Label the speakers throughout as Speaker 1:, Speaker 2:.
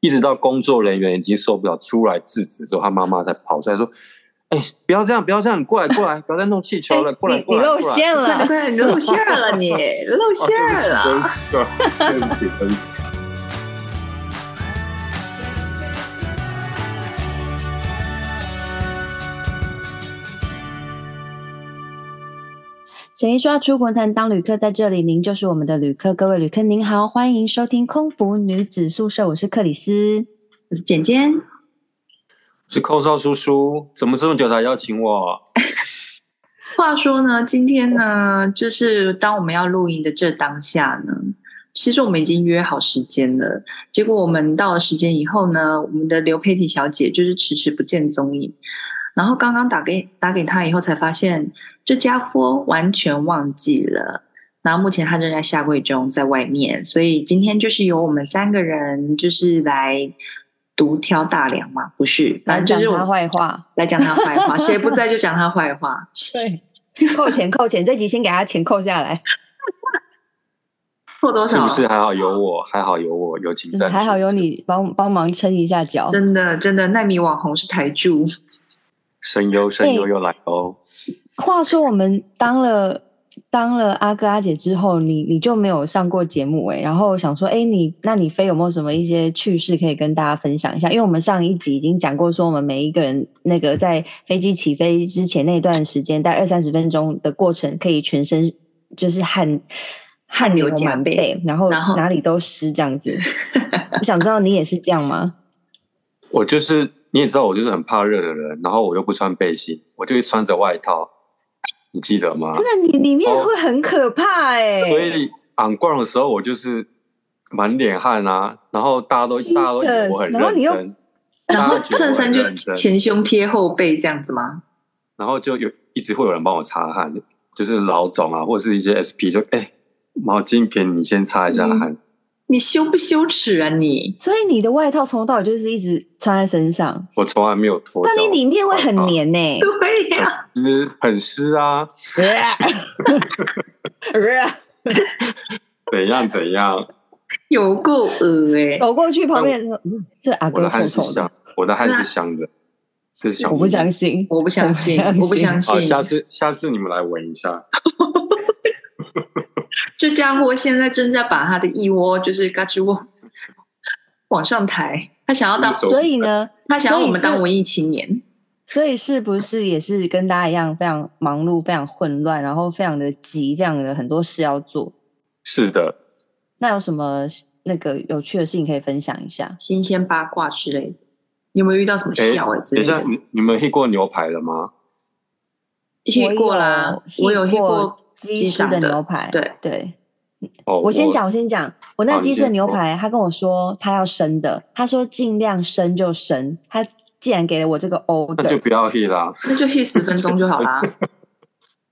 Speaker 1: 一直到工作人员已经受不了出来制止之后，他妈妈才跑出来说：“哎、不要这样，不要这样，你过来过来，不要再弄气球了，过来
Speaker 2: 哎你
Speaker 1: 过
Speaker 2: 你
Speaker 1: 来。过
Speaker 2: 露
Speaker 1: 来”
Speaker 2: 馅
Speaker 3: 对
Speaker 2: 了，
Speaker 3: 对，你露馅儿了你，露馅儿了。
Speaker 1: 哦对不起，对不起，对不起，对不起。
Speaker 2: 谁说要出国才能当旅客？在这里，您就是我们的旅客。各位旅客，您好，欢迎收听空服女子宿舍，我是克里斯，我是简简。
Speaker 1: 是寇少叔叔，怎么这么久才邀请我？
Speaker 3: 话说呢，今天呢，就是当我们要录音的这当下呢，其实我们已经约好时间了。结果我们到了时间以后呢，我们的刘佩蒂小姐就是迟迟不见踪影。然后刚刚打给打给她以后，才发现这家伙完全忘记了。然后目前她正在下跪中，在外面。所以今天就是由我们三个人就是来独挑大梁嘛，不是？反正就是
Speaker 2: 讲
Speaker 3: 我
Speaker 2: 他坏话，
Speaker 3: 来讲他坏话，谁不在就讲他坏话。
Speaker 2: 对，扣钱扣钱，这集先给他钱扣下来。
Speaker 3: 破多
Speaker 1: 是
Speaker 3: 少？
Speaker 1: 不是还好有我？还好有我，有请赞助。
Speaker 2: 嗯还好有你帮帮忙撑一下脚。
Speaker 3: 真的真的，奈米网红是台柱，
Speaker 1: 声优，声
Speaker 2: 哎
Speaker 1: 优又来哦。
Speaker 2: 话说，我们当了当了阿哥阿姐之后，你你就没有上过节目哎、然后想说，哎、你那你飞有没有什么一些趣事可以跟大家分享一下？因为我们上一集已经讲过，说我们每一个人那个在飞机起飞之前那段时间，大概二三十分钟的过程，可以全身就是汗汗流
Speaker 3: 流浃
Speaker 2: 满
Speaker 3: 背
Speaker 2: 背，然后
Speaker 3: 然后
Speaker 2: 哪里都湿这样子。我想知道你也是这样吗？
Speaker 1: 我就是你也知道，我就是很怕热的人，然后我又不穿背心，我就会穿着外套，你记得吗？
Speaker 2: 那你里面
Speaker 1: 哦
Speaker 2: 会很可怕哎、
Speaker 1: 所以昂逛的时候，我就是满脸汗啊，然后大家都大家都以为我很
Speaker 2: Jesus，然后你
Speaker 1: 认
Speaker 2: 又
Speaker 1: 真，
Speaker 3: 然后
Speaker 1: 大 家觉得我
Speaker 3: 衬
Speaker 1: 很
Speaker 3: 衫就
Speaker 1: 认真
Speaker 3: 前胸贴后背这样子吗？
Speaker 1: 然后就有一直会有人帮我擦汗，就是老总啊，或者是一些 SP 就哎、毛巾给你先擦一
Speaker 2: 嗯
Speaker 1: 下汗，
Speaker 3: 你羞不羞耻啊你？
Speaker 2: 所以你的外套从头到尾就是一直穿在身上，
Speaker 1: 我啊从来没有脱掉，
Speaker 2: 但你里面会很黏呢、
Speaker 3: 对呀、
Speaker 1: 湿很湿啊，怎样怎 样，
Speaker 2: 啊
Speaker 3: 有够恶哎、
Speaker 2: 走过去旁边说：“嗯，这阿
Speaker 1: 我
Speaker 2: 哥
Speaker 1: 的
Speaker 2: 臭
Speaker 1: 汗是
Speaker 2: 臭
Speaker 1: 香
Speaker 2: 的。，
Speaker 1: 我的汗是香的，是”香
Speaker 2: 我
Speaker 1: 的。
Speaker 2: 不相信，
Speaker 3: 我不相信，我
Speaker 2: 我
Speaker 3: 不
Speaker 2: 不
Speaker 3: 相
Speaker 2: 相
Speaker 3: 信
Speaker 1: 好，。下次下次你们来闻一下，
Speaker 3: 这家伙现在正在把他的腋窝就是嘎吱窝往上抬，他想要当，
Speaker 1: 就是手
Speaker 2: 所以呢，
Speaker 3: 他想要我们
Speaker 2: 所以
Speaker 3: 当
Speaker 2: 是
Speaker 3: 文艺青年。
Speaker 2: 所以是不是也是跟大家一样非常忙碌、非常混乱，然后非常的急，非常的很多事要做？
Speaker 1: 是的，
Speaker 2: 那有什么那个有趣的事情可以分享一下？
Speaker 3: 新鲜八卦之类的。你有没有遇到什么
Speaker 1: 哎
Speaker 3: 笑哎、之
Speaker 1: 等
Speaker 3: 类
Speaker 1: 一下
Speaker 3: 的，？
Speaker 1: 你你们 hit 过牛排了吗？
Speaker 3: hit 过啦，我有 hit 过
Speaker 2: 鸡翅
Speaker 3: 掌
Speaker 2: 的牛排，
Speaker 3: 对
Speaker 2: 对，
Speaker 1: 哦，
Speaker 2: 我先，讲，我先讲，我
Speaker 1: 好
Speaker 2: 那
Speaker 1: 你
Speaker 2: 鸡翅的
Speaker 1: 先哦
Speaker 2: 牛
Speaker 1: 说
Speaker 2: 排，他跟我说他要生的，他说尽量生就生。他既然给了我这个 order，
Speaker 1: 那就不要 hit 啦。
Speaker 3: 那就 hit 十分钟就好啦。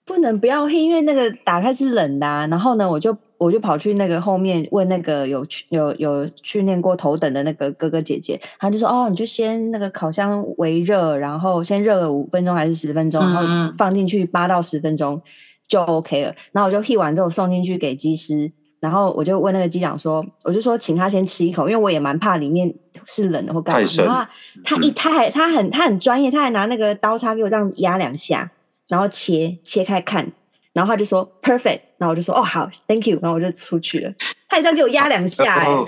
Speaker 2: 不能不要黑，因为那个打开是冷的、啊。然后呢，我就我就跑去那个后面问那个有去有有训练过头等的那个哥哥姐姐，他就说哦，你就先那个烤箱微热，然后先热个五分钟还是十分钟，然
Speaker 3: 嗯
Speaker 2: 后
Speaker 3: 嗯
Speaker 2: 放进去八到十分钟就 OK 了。然后我就 heat 完之后送进去给机师。然后我就问那个机长说，我就说请他先吃一口，因为我也蛮怕里面是冷的或干嘛
Speaker 1: 太。深
Speaker 2: 然后他他一他还他很他很专业，他还拿那个刀叉给我这样压两下，然后切切开看，然后他就说 perfect，然后我就说哦好，thank you，然后我就出去了。他也这样给我压两
Speaker 1: 然
Speaker 2: 下、哎，
Speaker 1: 后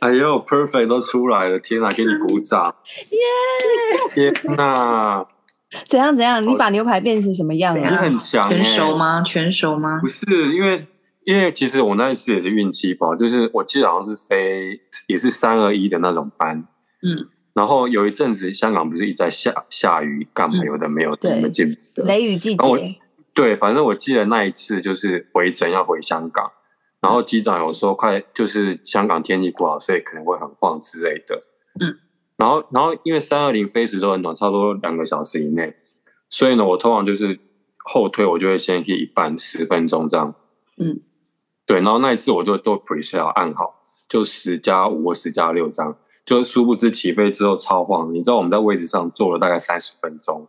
Speaker 1: 哎呦，perfect 都出来了，天哪，给你鼓 掌！耶！天哪，
Speaker 2: 怎样怎样？你把牛排变成什么样
Speaker 3: 对
Speaker 1: 你
Speaker 3: 啊
Speaker 2: 了？
Speaker 1: 很强
Speaker 3: 全
Speaker 1: 欸
Speaker 3: 熟吗？全熟吗
Speaker 1: 不？是因为，因为其实我那一次也是运气不好，就是我记得好像是飞也是三二一的那种班，
Speaker 3: 嗯，
Speaker 1: 然后有一阵子香港不是一直在下下雨，干嘛
Speaker 3: 嗯
Speaker 1: 有的没有的，
Speaker 2: 对
Speaker 1: 你们记不记得？
Speaker 2: 雷雨季
Speaker 1: 然后我
Speaker 2: 节，
Speaker 1: 对，反正我记得那一次就是回程要回香港，然后机长有说快就是香港天气不好，所以可能会很晃之类的。
Speaker 3: 嗯，
Speaker 1: 然后然后因为三二零飞时都很短，差不多两个小时以内，所以呢，我通常就是后推，我就会先 hit 一半十分钟这样。
Speaker 3: 嗯，
Speaker 1: 对，然后那一次我就都 preset 好按好，就十加五或十加六这样。就殊不知起飞之后超晃，你知道我们在位置上坐了大概三十分钟，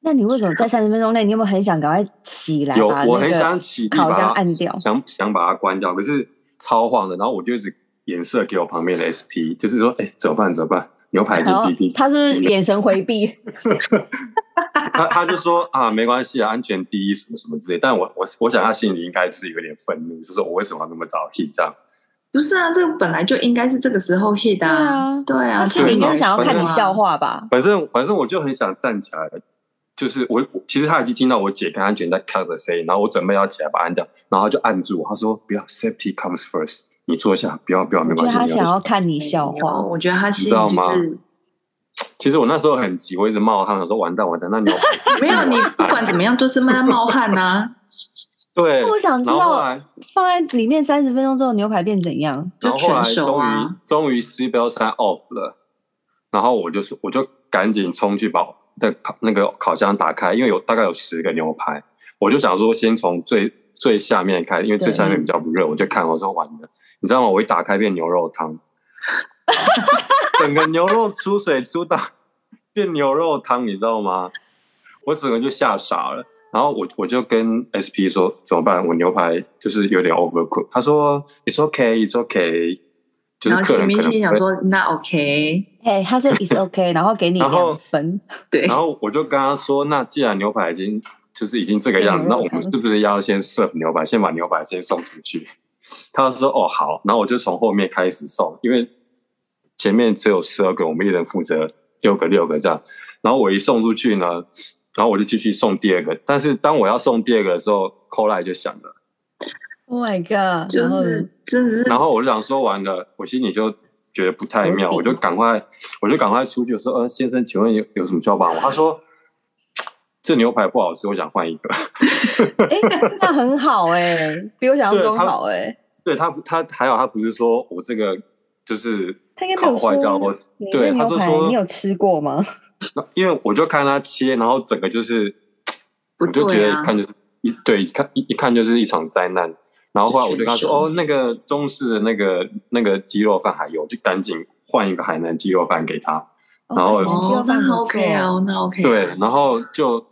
Speaker 2: 那你为什么在三十分钟内，你有没有很想赶快起来？
Speaker 1: 有，
Speaker 2: 把
Speaker 1: 我
Speaker 2: 那
Speaker 1: 很
Speaker 2: 个
Speaker 1: 想起立
Speaker 2: 烤
Speaker 1: 把
Speaker 2: 箱
Speaker 1: 它
Speaker 2: 按掉
Speaker 1: 想想把它关掉，可是超晃的，然后我就一直颜色给我旁边的 SP，就是说，哎，怎么办？怎么办？牛排
Speaker 2: 然
Speaker 1: 跟
Speaker 2: 后
Speaker 1: 滴滴，
Speaker 2: 他是不是眼神回避，
Speaker 1: 他他就说啊，没关系啊，安全第一，什么什么之类。但我我我想他心里应该就是有点愤怒，就是我为什么要那么早 hit 这样？
Speaker 3: 不是啊，这个本来就应该是这个时候 hit 啊，对啊，
Speaker 2: 他
Speaker 3: 这
Speaker 2: 心
Speaker 3: 个
Speaker 1: 对
Speaker 2: 里应
Speaker 1: 啊
Speaker 2: 该是想要看你笑话吧？
Speaker 1: 反正反正我就很想站起来，就是我我其实他已经听到我姐跟安全在咔的声音，然后我准备要起来把它按掉，然后他就按住我，他说不要，safety comes first，你坐下，不要不要，
Speaker 2: 我
Speaker 1: 没
Speaker 2: 觉
Speaker 1: 关
Speaker 2: 得
Speaker 1: 系，
Speaker 2: 他
Speaker 1: 没关
Speaker 2: 想
Speaker 1: 系。
Speaker 2: 要看你笑话，
Speaker 3: 我觉得他心里就是
Speaker 1: 其实我那时候很急，我一直骂他们，我说完蛋完蛋， 那牛排
Speaker 3: 没有你不管怎么样都是慢慢冒汗啊 呐、
Speaker 1: 对
Speaker 2: 那，我想知
Speaker 1: 然后后
Speaker 2: 道
Speaker 1: 来
Speaker 2: 放在里面三十分钟之后牛排变怎样？
Speaker 1: 然
Speaker 3: 就
Speaker 1: 后后来
Speaker 3: 全熟
Speaker 1: 终于
Speaker 3: 啊。
Speaker 1: 终于 C 标三 off 了，然后我就说我就赶紧冲去把那烤那个烤箱打开，因为有大概有十个牛排，我就想说先从最最下面开，因为最
Speaker 2: 对
Speaker 1: 下面比较不热，我就看我说完了，你知道吗？我一打开变牛肉 汤，整个牛肉出水出到 变牛肉汤，你知道吗？我整个就吓傻了。然后我我就跟 SP 说怎么办？我牛排就是有点 overcook。他说 It's okay, It's okay。就
Speaker 3: 然
Speaker 1: 是客
Speaker 3: 后前
Speaker 1: 人
Speaker 3: 面
Speaker 1: 可能
Speaker 3: 心里
Speaker 1: 不
Speaker 3: 想
Speaker 1: 会
Speaker 3: 说，那 OK，
Speaker 2: 哎，他说 is OK，然后给你
Speaker 1: 然后
Speaker 2: 两分，
Speaker 3: 对
Speaker 1: 然，后我就跟他说，那既然牛排已经就是已经这个样子，
Speaker 2: 对
Speaker 1: 那
Speaker 2: 牛
Speaker 1: 我
Speaker 2: 肉
Speaker 1: 们是不是要先 serve 牛排，先把牛排先送出去？他说哦好，然后我就从后面开始送，因为前面只有十二个，我们一人负责六个六个这样。然后我一送出去呢，然后我就继续送第二个，但是当我要送第二个的时候 c o l 就响了，
Speaker 2: Oh my god！
Speaker 3: 就
Speaker 2: 然后
Speaker 3: 是真的是
Speaker 1: 然后我就想说完了，我心里就。觉得不太妙，
Speaker 2: 有底
Speaker 1: 我就赶快，我就赶快出去，我说：“呃，先生，请问有有什么需要帮我？”他说：“这牛排不好吃，我想换一个。”
Speaker 2: 哎，那很好哎，比我想象中
Speaker 1: 对他
Speaker 2: 好哎。
Speaker 1: 对他不，他还好，他不是说我这个就是
Speaker 2: 他应该没
Speaker 1: 烤
Speaker 2: 有
Speaker 1: 坏掉或
Speaker 2: 说
Speaker 1: 者，
Speaker 2: 你
Speaker 1: 对
Speaker 2: 那
Speaker 1: 他
Speaker 2: 牛
Speaker 1: 就
Speaker 2: 排
Speaker 1: 说
Speaker 2: 你有吃过吗？
Speaker 1: 因为我就看他切，然后整个就是，
Speaker 3: 不
Speaker 1: 我就觉
Speaker 3: 对
Speaker 1: 得
Speaker 3: 啊
Speaker 1: 一，看就是一对一看一一看就是一场灾难。然后后来我就跟他说：“
Speaker 3: 就
Speaker 1: 哦，那个中式的那个那个鸡肉饭还有，就赶紧换一个海南鸡肉饭给他。”然后
Speaker 2: 哦鸡肉
Speaker 3: 哦，
Speaker 2: 饭
Speaker 3: 那
Speaker 2: 不
Speaker 3: OK
Speaker 2: 错，
Speaker 3: 哦，那 OK，
Speaker 1: 对，然后就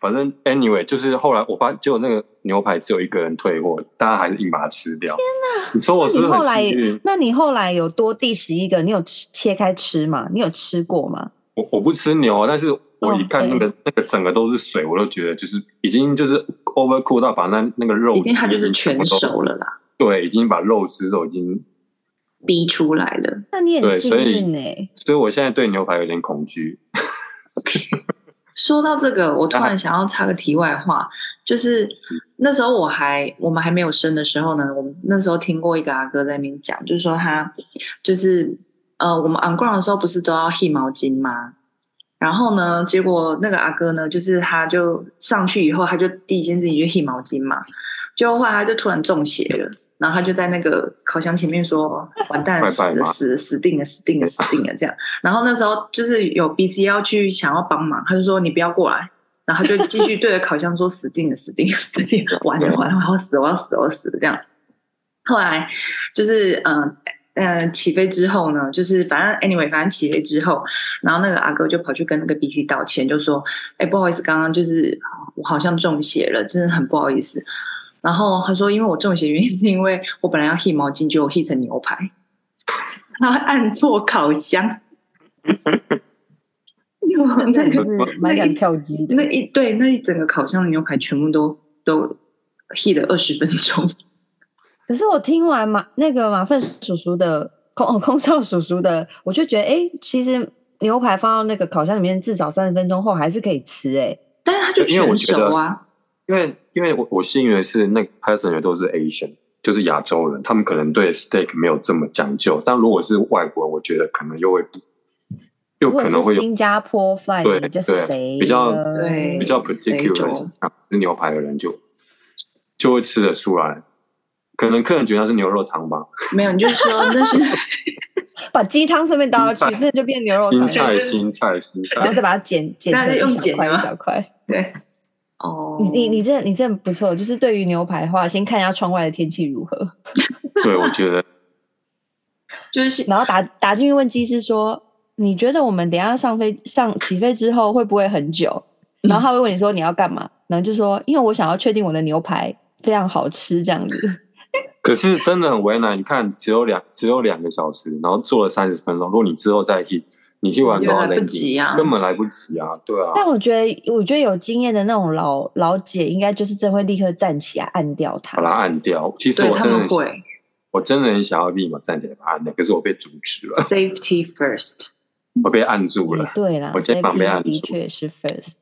Speaker 1: 反正 anyway，就是后来我发，结果那个牛排只有一个人退货，大家还是硬把它吃掉。天哪！你说我
Speaker 2: 那
Speaker 1: 是
Speaker 2: 你
Speaker 1: 不是
Speaker 2: 后
Speaker 1: 很
Speaker 2: 来
Speaker 1: 幸运？，
Speaker 2: 那你后来有多第十一个？你有吃切开吃吗？你有吃过吗？
Speaker 1: 我我不吃牛啊，但是我一看
Speaker 2: 哦
Speaker 1: 那个、那个整个都是水，我都觉得就是已经就是 overcook 到把那那个肉
Speaker 3: 一定它
Speaker 1: 汁
Speaker 3: 就是
Speaker 1: 全
Speaker 3: 全
Speaker 1: 部都
Speaker 3: 熟了啦，
Speaker 1: 对，已经把肉汁都已经，
Speaker 3: 逼出来了。
Speaker 2: 那你
Speaker 1: 对
Speaker 2: 很幸
Speaker 1: 所以
Speaker 2: 运哎。
Speaker 1: 所以我现在对牛排有点恐惧。
Speaker 3: 说到这个，我突然想要插个题外话，就是那时候我还我们还没有生的时候呢，我们那时候听过一个阿哥在那边讲，就是说他就是呃，我们 on ground 的时候不是都要 h 毛巾吗？然后呢，结果那个阿哥呢，就是他就上去以后，他就第一件事情就 h 毛巾嘛，结果后来他就突然中邪了。然后他就在那个烤箱前面说：“完蛋了，
Speaker 1: 拜
Speaker 3: 死
Speaker 1: 拜
Speaker 3: 了，
Speaker 1: 嘛
Speaker 3: 死了，死定了，死定了，死定了。”这样，然后那时候就是有 B G 要去想要帮忙，他就说你不要过来，然后他就继续对着烤箱说死定了，死定了，死定了，完了完了，我要死，我要死，我要死这样。后来就是嗯呃呃起飞之后呢，就是反正 anyway，反正起飞之后，然后那个阿哥就跑去跟那个 B C 道歉，就说：“哎、不好意思，刚刚就是我好像中邪了，真的很不好意思。”然后他说：“因为我中邪原因是因为我本来要 heat 毛巾，结果 heat 成牛排，然后按错烤箱。”那
Speaker 2: 那
Speaker 3: 个
Speaker 2: 就是蛮想跳机的
Speaker 3: 那。一对那一整个烤箱的牛排全部都都 heat 了二十分钟，
Speaker 2: 可是我听完马那个马粪叔叔的空哦空少叔叔的，我就觉得哎、诶其实牛排放到那个烤箱里面至少三十分钟后还是可以吃哎、诶
Speaker 3: 但是它就
Speaker 1: 因为我
Speaker 3: 全
Speaker 1: 觉得
Speaker 3: 熟啊，
Speaker 1: 因为因为我我幸运的是，那 passenger 都是 Asian，就是亚洲人，他们可能对 steak 没有这么讲究，但如果是外国，我觉得可能又会不，又
Speaker 2: 如果
Speaker 1: 可能
Speaker 2: 是
Speaker 1: 会有
Speaker 2: 新加坡 fly
Speaker 1: 对
Speaker 2: 你就
Speaker 1: 对
Speaker 2: 谁
Speaker 1: 比较
Speaker 3: 对
Speaker 1: 比较
Speaker 3: 谁
Speaker 1: particular
Speaker 3: 种
Speaker 1: 想吃牛排的人就就会吃得出来，可能客人觉得它是牛肉汤吧，
Speaker 3: 没有，你就说那是
Speaker 2: 把鸡汤顺便倒下
Speaker 1: 青
Speaker 2: 去，
Speaker 1: 菜
Speaker 2: 这就变牛肉
Speaker 1: 新
Speaker 2: 汤，
Speaker 1: 菜啊新菜新
Speaker 2: 然后
Speaker 1: 菜
Speaker 2: 再。把它剪剪
Speaker 3: 那
Speaker 2: 成
Speaker 3: 就
Speaker 2: 一
Speaker 3: 用
Speaker 2: 小
Speaker 3: 剪的
Speaker 2: 块一
Speaker 3: 吗
Speaker 2: 小块。
Speaker 3: 对哦，
Speaker 2: 你你你这你这不错，就是对于牛排的话，先看一下窗外的天气如何，
Speaker 1: 对，我觉得
Speaker 3: 就是
Speaker 2: 然后打打进去问机师说，你觉得我们等一下上飞上起飞之后会不会很久？
Speaker 3: 嗯
Speaker 2: 然后他会问你说你要干嘛，然后就说因为我想要确定我的牛排非常好吃这样子。
Speaker 1: 可是真的很为难。你看，只有两只有两个小时，然后做了三十分钟。如果你之后再 hit，你 hit 完
Speaker 3: 也
Speaker 1: 都要
Speaker 3: 来不
Speaker 1: landing，
Speaker 3: 及啊
Speaker 1: 根本来不及啊！对啊，
Speaker 2: 但我觉得，我觉得有经验的那种老老姐，应该就是真会立刻站起来按掉它
Speaker 1: 把。它按掉。其实
Speaker 3: 对
Speaker 1: 我
Speaker 3: 他
Speaker 1: 真的
Speaker 3: 们
Speaker 1: 很想，
Speaker 3: 会
Speaker 1: 我真的很想要立马站起来把它按掉，可是我被阻止了，
Speaker 3: safety first。
Speaker 1: 我被按住了
Speaker 2: 也。哎对啦，
Speaker 1: 我肩膀被按
Speaker 2: safety 的
Speaker 1: 住
Speaker 2: 确是 first。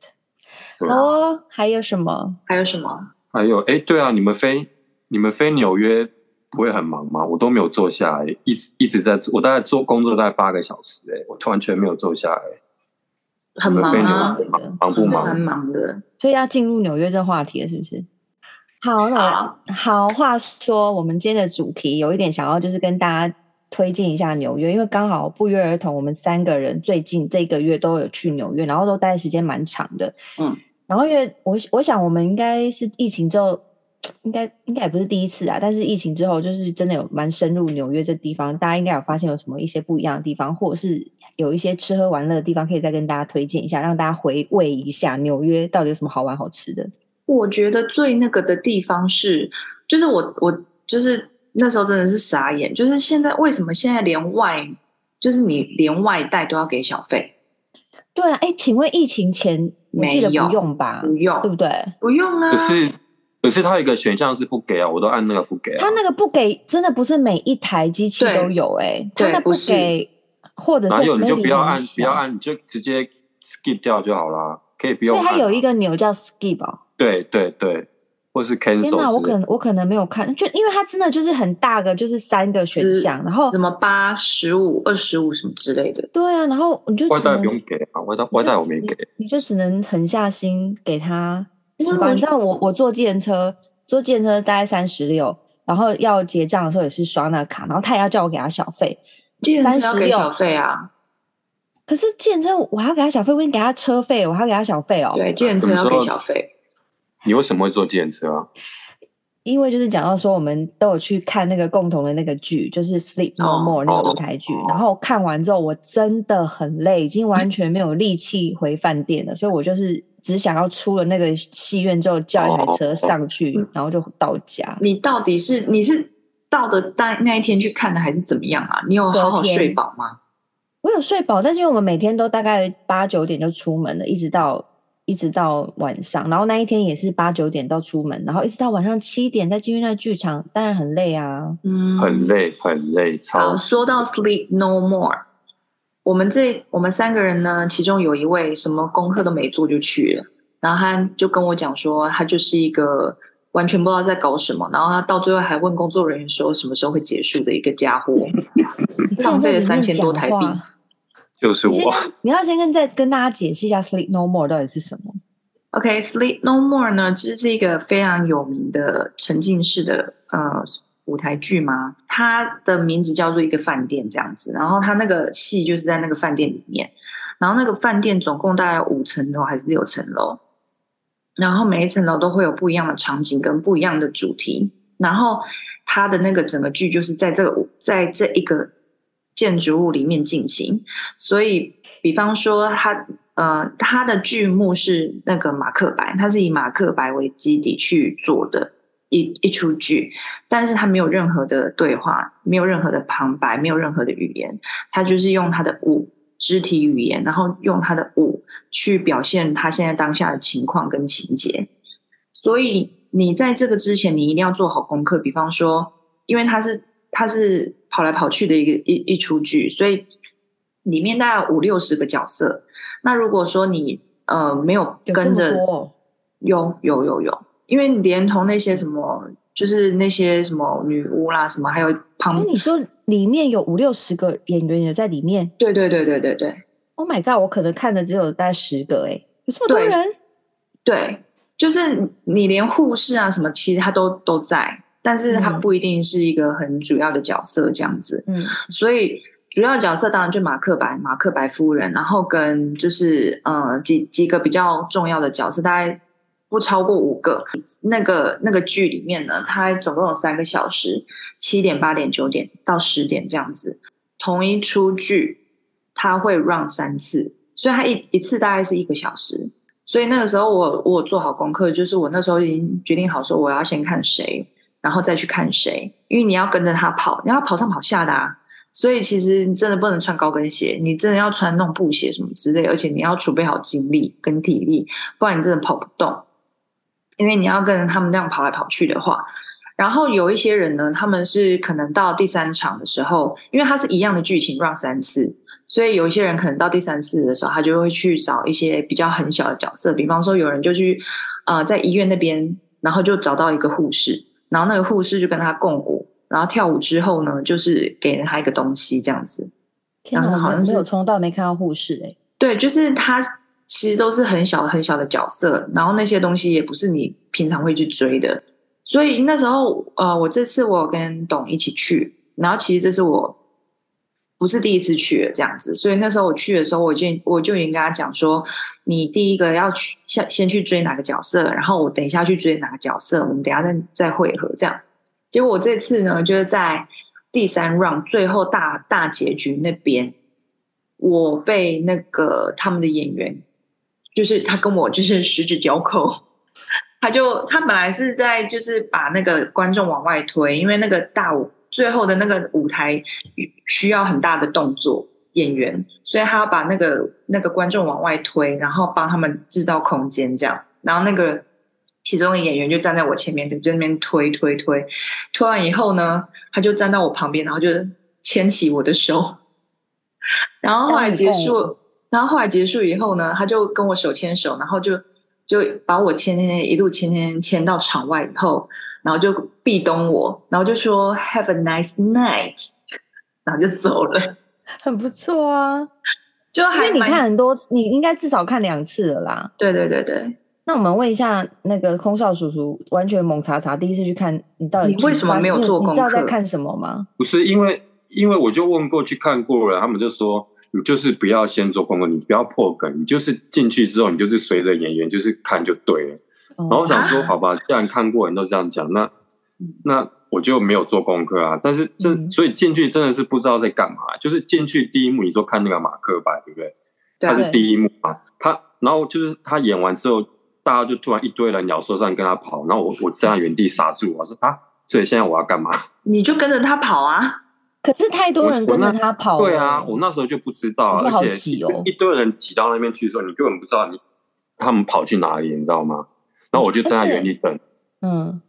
Speaker 1: 对啊
Speaker 2: 好哦，还有什么？
Speaker 3: 还有什么？
Speaker 1: 还有，哎，对啊，你们飞你们飞纽约不会很忙吗？我都没有坐下来，一直一直在做，我大概做工作大概八个小时，哎，我完全没有坐下来。
Speaker 3: 很
Speaker 1: 你们
Speaker 3: 忙
Speaker 1: 飞纽
Speaker 3: 啊，
Speaker 1: 约忙忙不
Speaker 3: 蛮
Speaker 1: 忙？
Speaker 3: 忙的。
Speaker 2: 所以要进入纽约这话题了，是不是？好，那我来
Speaker 3: 好，
Speaker 2: 好，话说我们今天的主题有一点想要就是跟大家推荐一下纽约，因为刚好不约而同，我们三个人最近这个月都有去纽约，然后都待时间蛮长的。
Speaker 3: 嗯，
Speaker 2: 然后因为我我想我们应该是疫情之后，应该应该也不是第一次啊，但是疫情之后就是真的有蛮深入纽约这地方，大家应该有发现有什么一些不一样的地方，或者是。有一些吃喝玩乐的地方，可以再跟大家推荐一下，让大家回味一下纽约到底有什么好玩好吃的。
Speaker 3: 我觉得最那个的地方是，就是我我就是那时候真的是傻眼，就是现在为什么现在连外，就是你连外带都要给小费？
Speaker 2: 对啊，哎，请问疫情前我记得
Speaker 3: 没有嗯
Speaker 2: 不用吧？
Speaker 3: 不用，
Speaker 2: 对不对？
Speaker 3: 不用啊。
Speaker 1: 可是可是它有一个选项是不给啊，我都按那个不给啊
Speaker 2: 他。那个不给，真的不是每一台机器
Speaker 3: 对
Speaker 2: 都有哎、他
Speaker 3: 对
Speaker 2: 那
Speaker 3: 不是
Speaker 2: 给，或者是
Speaker 1: 哪有你就
Speaker 2: 那里
Speaker 1: 不要
Speaker 2: 很
Speaker 1: 按，
Speaker 2: 小
Speaker 1: 不要，按，你就直接 skip 掉就好啦，可以不用
Speaker 2: 所以
Speaker 1: 按啊。
Speaker 2: 它有一个钮叫 skip 哦。
Speaker 1: 对对对，或是
Speaker 2: 天哪，我
Speaker 1: cancel 之
Speaker 2: 可
Speaker 1: 类的。
Speaker 2: 能我可能没有看，就因为它真的就是很大个，就是三个选
Speaker 3: 是
Speaker 2: 项，然后
Speaker 3: 什么八十五、二十五什么之类的，
Speaker 2: 对啊，然后你就
Speaker 1: 外
Speaker 2: 只
Speaker 1: 带
Speaker 2: 能
Speaker 1: 不用给啊，外带外带我没给，
Speaker 2: 你就只能狠下心给他
Speaker 3: 因为
Speaker 2: 十八。
Speaker 3: 我
Speaker 2: 你知道我我坐计程车，坐计程车大概三十六，然后要结账的时候也是刷那卡，然后他也要叫我给他小费。
Speaker 3: 计程车要给
Speaker 2: 36
Speaker 3: 小费啊，
Speaker 2: 可是计程车我还要给他小费，我已经给他车费了，我还要给他小费哦。
Speaker 3: 对，计程
Speaker 1: 什
Speaker 3: 车
Speaker 1: 么
Speaker 3: 要
Speaker 1: 时候
Speaker 3: 给小费，
Speaker 1: 你为什么会坐电车啊？
Speaker 2: 因为就是讲到说，我们都有去看那个共同的那个剧，就是《Sleep No
Speaker 3: 哦
Speaker 2: More》那个舞台剧。
Speaker 1: 哦
Speaker 2: 然后看完之后，我真的很累，已经完全没有力气回饭店了，所以我就是只想要出了那个戏院之后，叫一台车
Speaker 1: 哦
Speaker 2: 上
Speaker 3: 嗯
Speaker 2: 去，然后就到家。
Speaker 3: 你到底是你是到的那那一天去看的，还是怎么样啊？你有好好睡饱吗？
Speaker 2: 我有睡饱，但是因为我们每天都大概八九点就出门了，一直到一直到晚上，然后那一天也是八九点到出门，然后一直到晚上七点再进去那个剧场，当然很累啊。
Speaker 3: 嗯，
Speaker 1: 很累，很累，超
Speaker 3: 好，。说到 Sleep No More，我们这我们三个人呢，其中有一位什么功课都没做就去了，然后他就跟我讲说，他就是一个完全不知道在搞什么，然后他到最后还问工作人员说什么时候会结束的一个家伙，
Speaker 2: 你
Speaker 3: 浪费了
Speaker 2: 现在在里面
Speaker 3: 3000多台币
Speaker 2: 讲话
Speaker 1: 就是
Speaker 2: 你先
Speaker 1: 我，
Speaker 2: 跟你要先跟再跟大家解释一下 “sleep no more” 到底是什么。
Speaker 3: OK，Sleep、No More 呢，其实是一个非常有名的沉浸式的呃舞台剧嘛，它的名字叫做一个饭店这样子，然后它那个戏就是在那个饭店里面，然后那个饭店总共大概五层楼还是六层楼，然后每一层楼都会有不一样的场景跟不一样的主题，然后它的那个整个剧就是在这个在这一个建筑物里面进行，所以比方说它呃，它的剧目是那个马克白，它是以马克白为基底去做的一一出剧，但是它没有任何的对话，没有任何的旁白，没有任何的语言，它就是用它的舞肢体语言，然后用它的舞去表现他现在当下的情况跟情节。所以你在这个之前，你一定要做好功课。比方说，因为它是它是跑来跑去的一个一一出剧，所以里面大概五六十个角色。那如果说你呃没有
Speaker 2: 有
Speaker 3: 跟
Speaker 2: 这
Speaker 3: 着
Speaker 2: 么多哦
Speaker 3: 有有有有，因为连同那些什么，就是那些什么女巫啦，什么还有
Speaker 2: 哎
Speaker 3: 旁，，
Speaker 2: 你说里面有五六十个演员也在里面
Speaker 3: 对对对对对对
Speaker 2: ，Oh my god！我可能看的只有大概十个，哎，有这么多
Speaker 3: 对
Speaker 2: 人？
Speaker 3: 对，就是你连护士啊什么，其实他都都在，但是他
Speaker 2: 嗯
Speaker 3: 不一定是一个很主要的角色这样子。
Speaker 2: 嗯，
Speaker 3: 所以主要角色当然就马克白、马克白夫人，然后跟就是呃几几个比较重要的角色，大概不超过五个。那个那个剧里面呢，它总共有三个小时，七点、八点、九点到十点这样子。同一出剧，它会 run 三次，所以它一一次大概是一个小时。所以那个时候我我有做好功课，就是我那时候已经决定好说我要先看谁，然后再去看谁，因为你要跟着他跑，你要跑上跑下的啊。所以其实你真的不能穿高跟鞋，你真的要穿那种布鞋什么之类，而且你要储备好精力跟体力，不然你真的跑不动。因为你要跟他们这样跑来跑去的话，然后有一些人呢，他们是可能到第三场的时候，因为它是一样的剧情 run 三次，所以有一些人可能到第三次的时候，他就会去找一些比较很小的角色，比方说有人就去呃在医院那边，然后就找到一个护士，然后那个护士就跟他共舞。然后跳舞之后呢，就是给人他一个东西这样子。
Speaker 2: 天哪
Speaker 3: 然后好像
Speaker 2: 没有
Speaker 3: 是
Speaker 2: 冲到没看到护士哎、
Speaker 3: 对，就是他其实都是很小很小的角色，然后那些东西也不是你平常会去追的。所以那时候，呃，我这次我有跟董一起去，然后其实这是我不是第一次去了这样子，所以那时候我去的时候，我就我就已经跟他讲说，你第一个要去先先去追哪个角色，然后我等一下去追哪个角色，我们等一下再再会合这样。结果我这次呢，就是在第三 round 最后大大结局那边，我被那个他们的演员，就是他跟我就是十指交扣， 他就他本来是在就是把那个观众往外推，因为那个大舞最后的那个舞台需要很大的动作演员，所以他要把那个那个观众往外推，然后帮他们制造空间这样，然后那个。其中的演员就站在我前面，就在那边推推推，推完以后呢，他就站到我旁边，然后就牵起我的手， 然后后来结
Speaker 2: 那你
Speaker 3: 束，然后后来结束以后呢，他就跟我手牵手，然后就就把我牵牵牵一路牵牵牵到场外以后，然后就壁咚我，然后就说 Have a nice night，然后就走了，
Speaker 2: 很不错啊。
Speaker 3: 就
Speaker 2: 因
Speaker 3: 还
Speaker 2: 为你
Speaker 3: 蛮
Speaker 2: 看，很多，你应该至少看两次了啦。
Speaker 3: 对对对对，
Speaker 2: 那我们问一下那个空少叔叔，完全懵查查，第一次去看，你到底
Speaker 3: 你为什么没有
Speaker 2: 你
Speaker 3: 做
Speaker 2: 你
Speaker 3: 功
Speaker 2: 知道在
Speaker 3: 课
Speaker 2: 看什么吗？
Speaker 1: 不是因为，因为我就问过去看过了，他们就说你就是不要先做功课，你不要破梗，你就是进去之后你就是随着演员就是看就对了。
Speaker 2: 然
Speaker 1: 然后我想说，
Speaker 3: 啊
Speaker 1: 好吧，既然看过人都这样讲，那那我就没有做功课啊。但是这、
Speaker 2: 嗯
Speaker 1: 所以进去真的是不知道在干嘛，就是进去第一幕你说看那个马克白，对不对？
Speaker 3: 对啊
Speaker 1: 他是
Speaker 2: 对
Speaker 1: 第一幕嘛，他然后就是他演完之后，大家就突然一堆人鸟兽散跟他跑，然后我我站在原地傻住，我说啊，所以现在我要干嘛？
Speaker 3: 你就跟着他跑啊，
Speaker 2: 可是太多
Speaker 1: 我
Speaker 2: 人
Speaker 1: 我
Speaker 2: 跟
Speaker 1: 那
Speaker 2: 着他跑了，欸
Speaker 1: 对啊，我那时候就不知道啊，
Speaker 2: 我哦觉得好
Speaker 1: 而且
Speaker 2: 挤
Speaker 1: 一
Speaker 2: 哦
Speaker 1: 一堆人挤到那边去的时候，你根本不知道你他们跑去哪里，你知道吗？然后我就站在原地等，
Speaker 2: 嗯，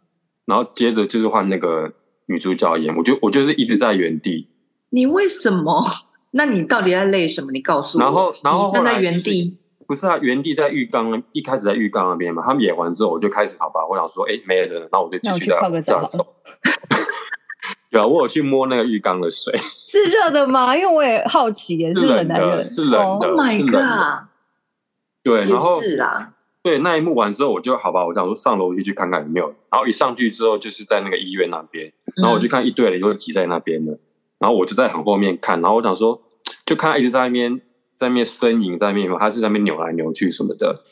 Speaker 1: 然后接着就是换那个女主角演，我就我就是一直在原地，
Speaker 3: 你为什么？ 那你到底在累什么？你告诉我。
Speaker 1: 然后然后
Speaker 3: 你
Speaker 1: 后
Speaker 3: 站
Speaker 1: 来
Speaker 3: 在原
Speaker 1: 就是
Speaker 3: 地，
Speaker 1: 不是啊，原地在浴缸那一开始在浴缸那边嘛，他们演完之后，我就开始好吧，我想说，哎、没人了，然后我就继
Speaker 2: 那我
Speaker 1: 续
Speaker 2: 去
Speaker 1: 在
Speaker 2: 泡个
Speaker 1: 这
Speaker 2: 澡
Speaker 1: 样
Speaker 2: 好了
Speaker 1: 走。 对啊，我有去摸那个浴缸的水，
Speaker 2: 是热的吗？因为我也好奇耶，
Speaker 1: 是
Speaker 2: 冷
Speaker 1: 冷
Speaker 2: 男人，
Speaker 1: 的，是冷的
Speaker 2: 哦
Speaker 3: Oh my
Speaker 1: 是冷的
Speaker 3: god！
Speaker 1: 对，
Speaker 3: 也
Speaker 1: 然后
Speaker 3: 是啦，
Speaker 1: 对，那一幕完之后，我就好吧，我想说上楼梯去看看有没有人。然后一上去之后，就是在那个医院那边，然后
Speaker 3: 嗯
Speaker 1: 我就看一堆人又挤在那边了，然后我就在很后面看，然后我想说，就看他一直在那边在那边呻吟，在那边他是在那边扭来扭去什么的。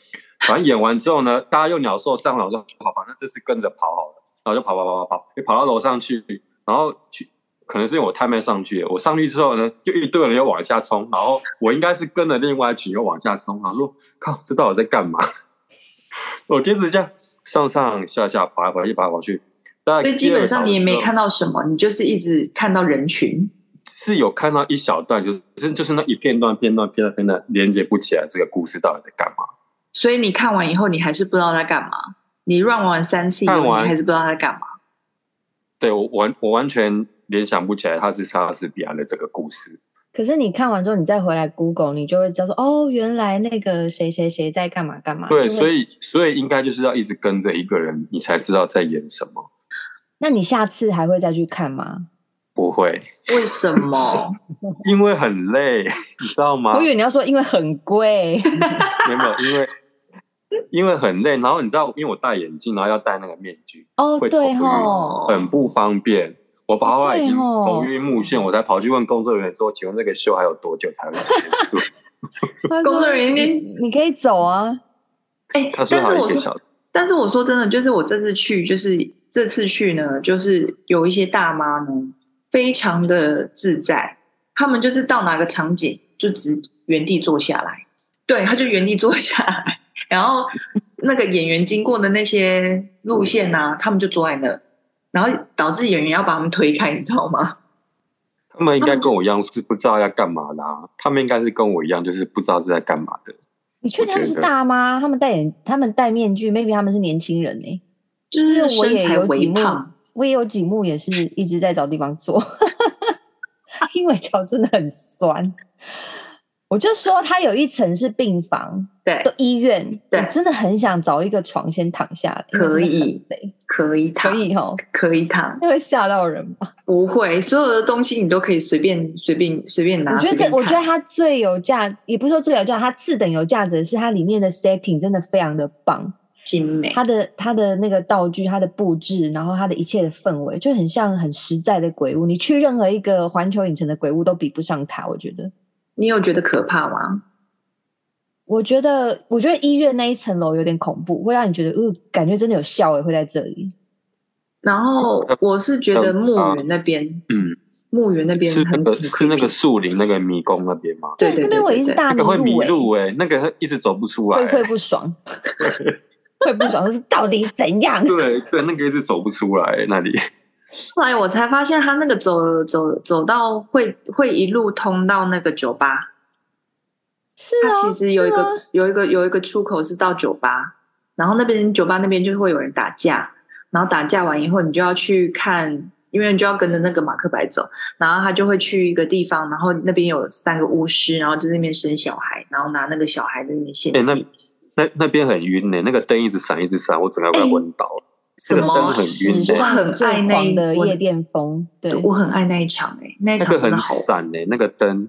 Speaker 1: 反正演完之后呢，大家又鸟兽散了，我说好吧，那这次跟着跑好了，然后就跑跑跑跑跑，就跑到楼上去，然后去。可能是因为我太慢上去了，我上去之后呢，就一堆人又往下冲，然后我应该是跟着另外一群又往下冲，然后说靠，这到底在干嘛？ 我就一直这样上上下下爬来爬去爬来爬去，大概
Speaker 3: 所以基本上你也
Speaker 1: 第二
Speaker 3: 没
Speaker 1: 个小时之后
Speaker 3: 看到什么，你就是一直看到人群。
Speaker 1: 是有看到一小段，就是是就是那一片段片段片段片段连接不起来，这个故事到底在干嘛？
Speaker 3: 所以你看完以后，你还是不知道在干嘛。你 run 完三次以后，
Speaker 1: 看完
Speaker 3: 你还是不知道在干嘛。
Speaker 1: 对我完我完全联想不起来它是莎士比亚的这个故事。
Speaker 2: 可是你看完之后，你再回来 Google，你就会知道说，哦，原来那个谁谁谁在干嘛干嘛。
Speaker 1: 对，
Speaker 2: 就会
Speaker 1: 所以所以应该就是要一直跟着一个人，你才知道在演什么。
Speaker 2: 那你下次还会再去看吗？
Speaker 1: 不会，
Speaker 3: 为什么？
Speaker 1: 因为很累， 你知道吗？
Speaker 2: 我以为你要说因为很 贵，
Speaker 1: 没有，没有因为因为很累，然后你知道，因为我戴眼镜，然后要戴那个面具，
Speaker 2: 哦，
Speaker 1: 会
Speaker 2: 对
Speaker 1: 头晕
Speaker 3: 哦
Speaker 2: 吼，
Speaker 1: 很不方便。我跑后来已经
Speaker 2: 对哦
Speaker 1: 头晕目眩，我才跑去问工作人员说：“请问这个秀还有多久才会结束
Speaker 2: 他
Speaker 3: 工
Speaker 2: 说
Speaker 3: 作人员
Speaker 2: 你你可以走啊，
Speaker 3: 哎、？”
Speaker 1: 他说
Speaker 3: 但
Speaker 1: 还
Speaker 3: 是
Speaker 1: 有
Speaker 3: 我
Speaker 1: 一个
Speaker 3: 说
Speaker 1: 小时。
Speaker 3: 但是我说真的，就是我这次去，就是这次去呢，就是有一些大妈呢，非常的自在，他们就是到哪个场景就直原地坐下来，对，他就原地坐下来，然后那个演员经过的那些路线啊，他们就坐在那，然后导致演员要把他们推开，你知道吗？
Speaker 1: 他们应
Speaker 3: 嗯
Speaker 1: 该跟我一样是不知道要干嘛的、啊，他们应该是跟我一样，就是不知道是在干嘛的。
Speaker 2: 你确定他们是
Speaker 1: 我觉得
Speaker 2: 大妈？他们戴眼，他们戴面具，maybe 他们是年轻人呢、
Speaker 3: 就
Speaker 2: 因为
Speaker 3: 是
Speaker 2: 我
Speaker 3: 身
Speaker 2: 也
Speaker 3: 材
Speaker 2: 有几
Speaker 3: 微
Speaker 2: 幕
Speaker 3: 胖，，
Speaker 2: 我也有几幕也是一直在找地方坐， 因为脚真的很酸。我就说它有一层是病房，
Speaker 3: 对，
Speaker 2: 就医院，
Speaker 3: 对
Speaker 2: 我真的很想找一个床先躺下来，因为
Speaker 3: 可
Speaker 2: 真的很
Speaker 3: 以
Speaker 2: 累
Speaker 3: 可以躺，
Speaker 2: 可以哦，
Speaker 3: 可以躺，
Speaker 2: 那会吓到人吧？
Speaker 3: 不会，所有的东西你都可以随便随便随便拿，
Speaker 2: 我觉得
Speaker 3: 随便
Speaker 2: 这，我
Speaker 3: 看
Speaker 2: 觉得它最有价，也不是说最有价，它次等有价值的是它里面的 setting 真的非常的棒，
Speaker 3: 精美，
Speaker 2: 它的它的那个道具、它的布置，然后它的一切的氛围，就很像很实在的鬼屋。你去任何一个环球影城的鬼屋都比不上它，我觉得。
Speaker 3: 你有觉得可怕吗？
Speaker 2: 我觉得，我觉得医院那一层楼有点恐怖，会让你觉得，呃，感觉真的有效诶，会在这里。
Speaker 3: 然后我是觉得
Speaker 1: 嗯
Speaker 3: 墓
Speaker 1: 啊
Speaker 3: 园那边，
Speaker 1: 嗯，
Speaker 3: 墓园那边
Speaker 1: 是那
Speaker 3: 很
Speaker 1: 个
Speaker 3: 很
Speaker 1: 是那
Speaker 3: creepy
Speaker 1: 个树林那个迷宫那边吗？
Speaker 3: 对对
Speaker 2: 那
Speaker 3: 对
Speaker 2: 边我一
Speaker 3: 对
Speaker 2: 直
Speaker 3: 对
Speaker 2: 大
Speaker 1: 那个会迷
Speaker 2: 迷
Speaker 1: 路欸
Speaker 2: 路诶，
Speaker 1: 哎、那个一直走不出来、
Speaker 2: 会会不爽，会不爽，就是到底怎样？
Speaker 1: 对对，那个一直走不出来、欸那里。
Speaker 3: 后来我才发现，他那个走走走到会会一路通到那个酒吧。
Speaker 2: 是
Speaker 3: 它
Speaker 2: 哦，
Speaker 3: 其实有
Speaker 2: 是
Speaker 3: 一
Speaker 2: 吗
Speaker 3: 个有一个有一个出口是到酒吧，然后那边酒吧那边就会有人打架，然后打架完以后，你就要去看，因为你就要跟着那个马克白走，然后他就会去一个地方，然后那边有三个巫师，然后在那边生小孩，然后拿那个小孩在那边献
Speaker 1: 哎、那
Speaker 3: 祭。
Speaker 1: 那那边很晕欸呢、那个灯一直闪一直闪，我整个
Speaker 3: 哎
Speaker 1: 快昏倒了。
Speaker 3: 什
Speaker 1: 那
Speaker 3: 么
Speaker 1: 个？真的很晕
Speaker 2: 啊
Speaker 1: 欸
Speaker 2: 史上最
Speaker 3: 我很爱那
Speaker 2: 狂
Speaker 3: 一
Speaker 2: 的
Speaker 3: 我
Speaker 2: 夜店风，对，
Speaker 3: 我很爱那一场哎、那
Speaker 1: 那
Speaker 3: 一场
Speaker 1: 个
Speaker 3: 真的
Speaker 1: 很
Speaker 3: 好。
Speaker 1: 闪呢、那个灯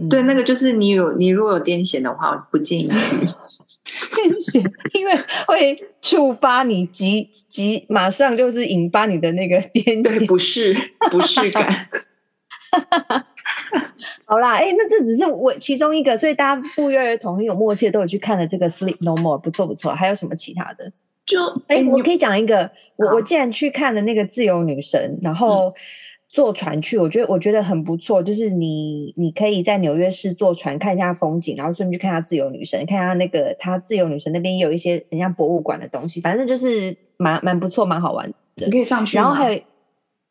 Speaker 2: 嗯
Speaker 3: 对，那个就是你有你如果有癫痫的话，我不建议去。
Speaker 2: 癫痫，因为会触发你急急，马上就是引发你的那个癫
Speaker 3: 对，
Speaker 2: 痫。
Speaker 3: 不适不适感。
Speaker 2: 好啦，哎、那这只是我其中一个，所以大家不约而同很有默契，都有去看了这个《Sleep No More》，不错不错。还有什么其他的？
Speaker 3: 就
Speaker 2: 哎、
Speaker 3: 你
Speaker 2: 我可以讲一个，我
Speaker 3: 好嗯
Speaker 2: 我竟然去看了那个《自由女神》，然后坐船去，我觉得我觉得很不错，就是你你可以在纽约市坐船看一下风景，然后顺便去看一下自由女神，看一下那个它自由女神那边也有一些人家博物馆的东西，反正就是蛮蛮不错，蛮好玩的。
Speaker 3: 你可以上去吗，
Speaker 2: 然后还有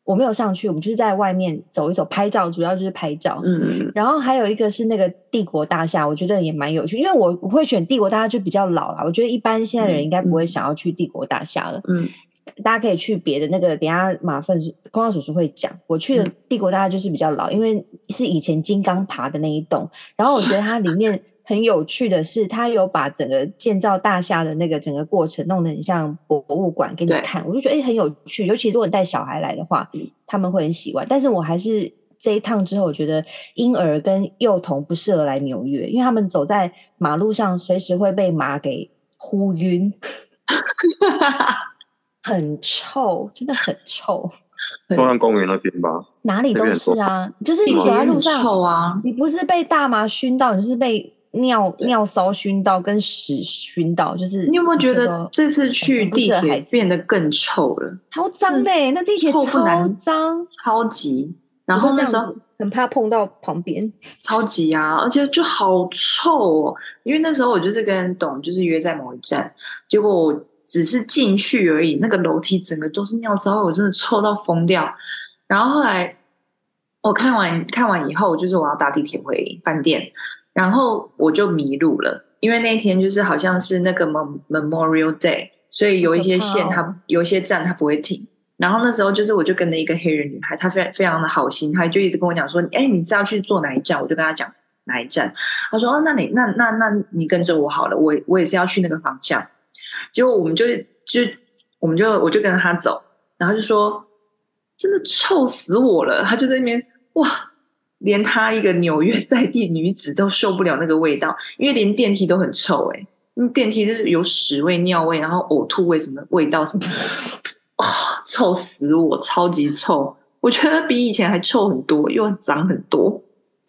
Speaker 2: 我没有上去，我们就是在外面走一走拍照，主要就是拍照。
Speaker 3: 嗯，
Speaker 2: 然后还有一个是那个帝国大厦，我觉得也蛮有趣，因为我我会选帝国大厦就比较老啦，我觉得一般现在的人应该不会想要去帝国大厦了。
Speaker 3: 嗯
Speaker 2: 大家可以去别的那个，等一下马粪叔公交叔叔会讲。我去的
Speaker 3: 嗯
Speaker 2: 帝国大厦就是比较老，因为是以前金刚爬的那一栋。然后我觉得它里面很有趣的是，它有把整个建造大厦的那个整个过程弄得很像博物馆给你
Speaker 3: 对
Speaker 2: 看，我就觉得哎、诶很有趣。尤其如果你带小孩来的话
Speaker 3: 嗯，
Speaker 2: 他们会很喜欢。但是我还是这一趟之后，我觉得婴儿跟幼童不适合来纽约，因为他们走在马路上随时会被马给呼晕。很臭，真的很臭，
Speaker 1: 中央公园那边吧，
Speaker 2: 哪里都是啊。就是你
Speaker 3: 地
Speaker 2: 走
Speaker 3: 铁
Speaker 2: 在
Speaker 3: 也
Speaker 2: 路
Speaker 3: 很
Speaker 2: 上，
Speaker 3: 臭啊，
Speaker 2: 你不是被大麻熏到，你是被尿尿骚熏到，跟屎熏到。就是
Speaker 3: 你有没有觉
Speaker 2: 这
Speaker 3: 得
Speaker 2: 个
Speaker 3: 这次去
Speaker 2: 很不适
Speaker 3: 地
Speaker 2: 合
Speaker 3: 铁
Speaker 2: 孩子
Speaker 3: 变得更臭了，
Speaker 2: 超脏的、欸？那地铁
Speaker 3: 臭不
Speaker 2: 超
Speaker 3: 难
Speaker 2: 脏，
Speaker 3: 超级？然后
Speaker 2: 我都
Speaker 3: 那
Speaker 2: 这
Speaker 3: 时
Speaker 2: 样
Speaker 3: 候
Speaker 2: 子很怕碰到旁边。
Speaker 3: 超级啊，而且就好臭哦。因为那时候我就是跟董就是约在某一站，结果我只是进去而已，那个楼梯整个都是尿骚味，我真的臭到疯掉。然后后来我看完看完以后，就是我要搭地铁回饭店，然后我就迷路了，因为那一天就是好像是那个 Mem- Memorial Day，所以有一些线
Speaker 2: 好可怕
Speaker 3: 它、
Speaker 2: 哦
Speaker 3: 有一些站它不会停。然后那时候就是，我就跟着一个黑人女孩，她非非常的好心，她就一直跟我讲说：“哎，你是要去坐哪一站？”我就跟她讲哪一站。她说：“哦，那你那那那你跟着我好了，我我也是要去那个方向。”结果我们就就我们就我就跟着她走，然后就说：“真的臭死我了！”她就在那边哇，连她一个纽约在地女子都受不了那个味道，因为连电梯都很臭哎、嗯电梯就是有屎味、尿味，然后呕吐味什么味道什么。啊，臭死我，超级臭！我觉得比以前还臭很多，又脏很多。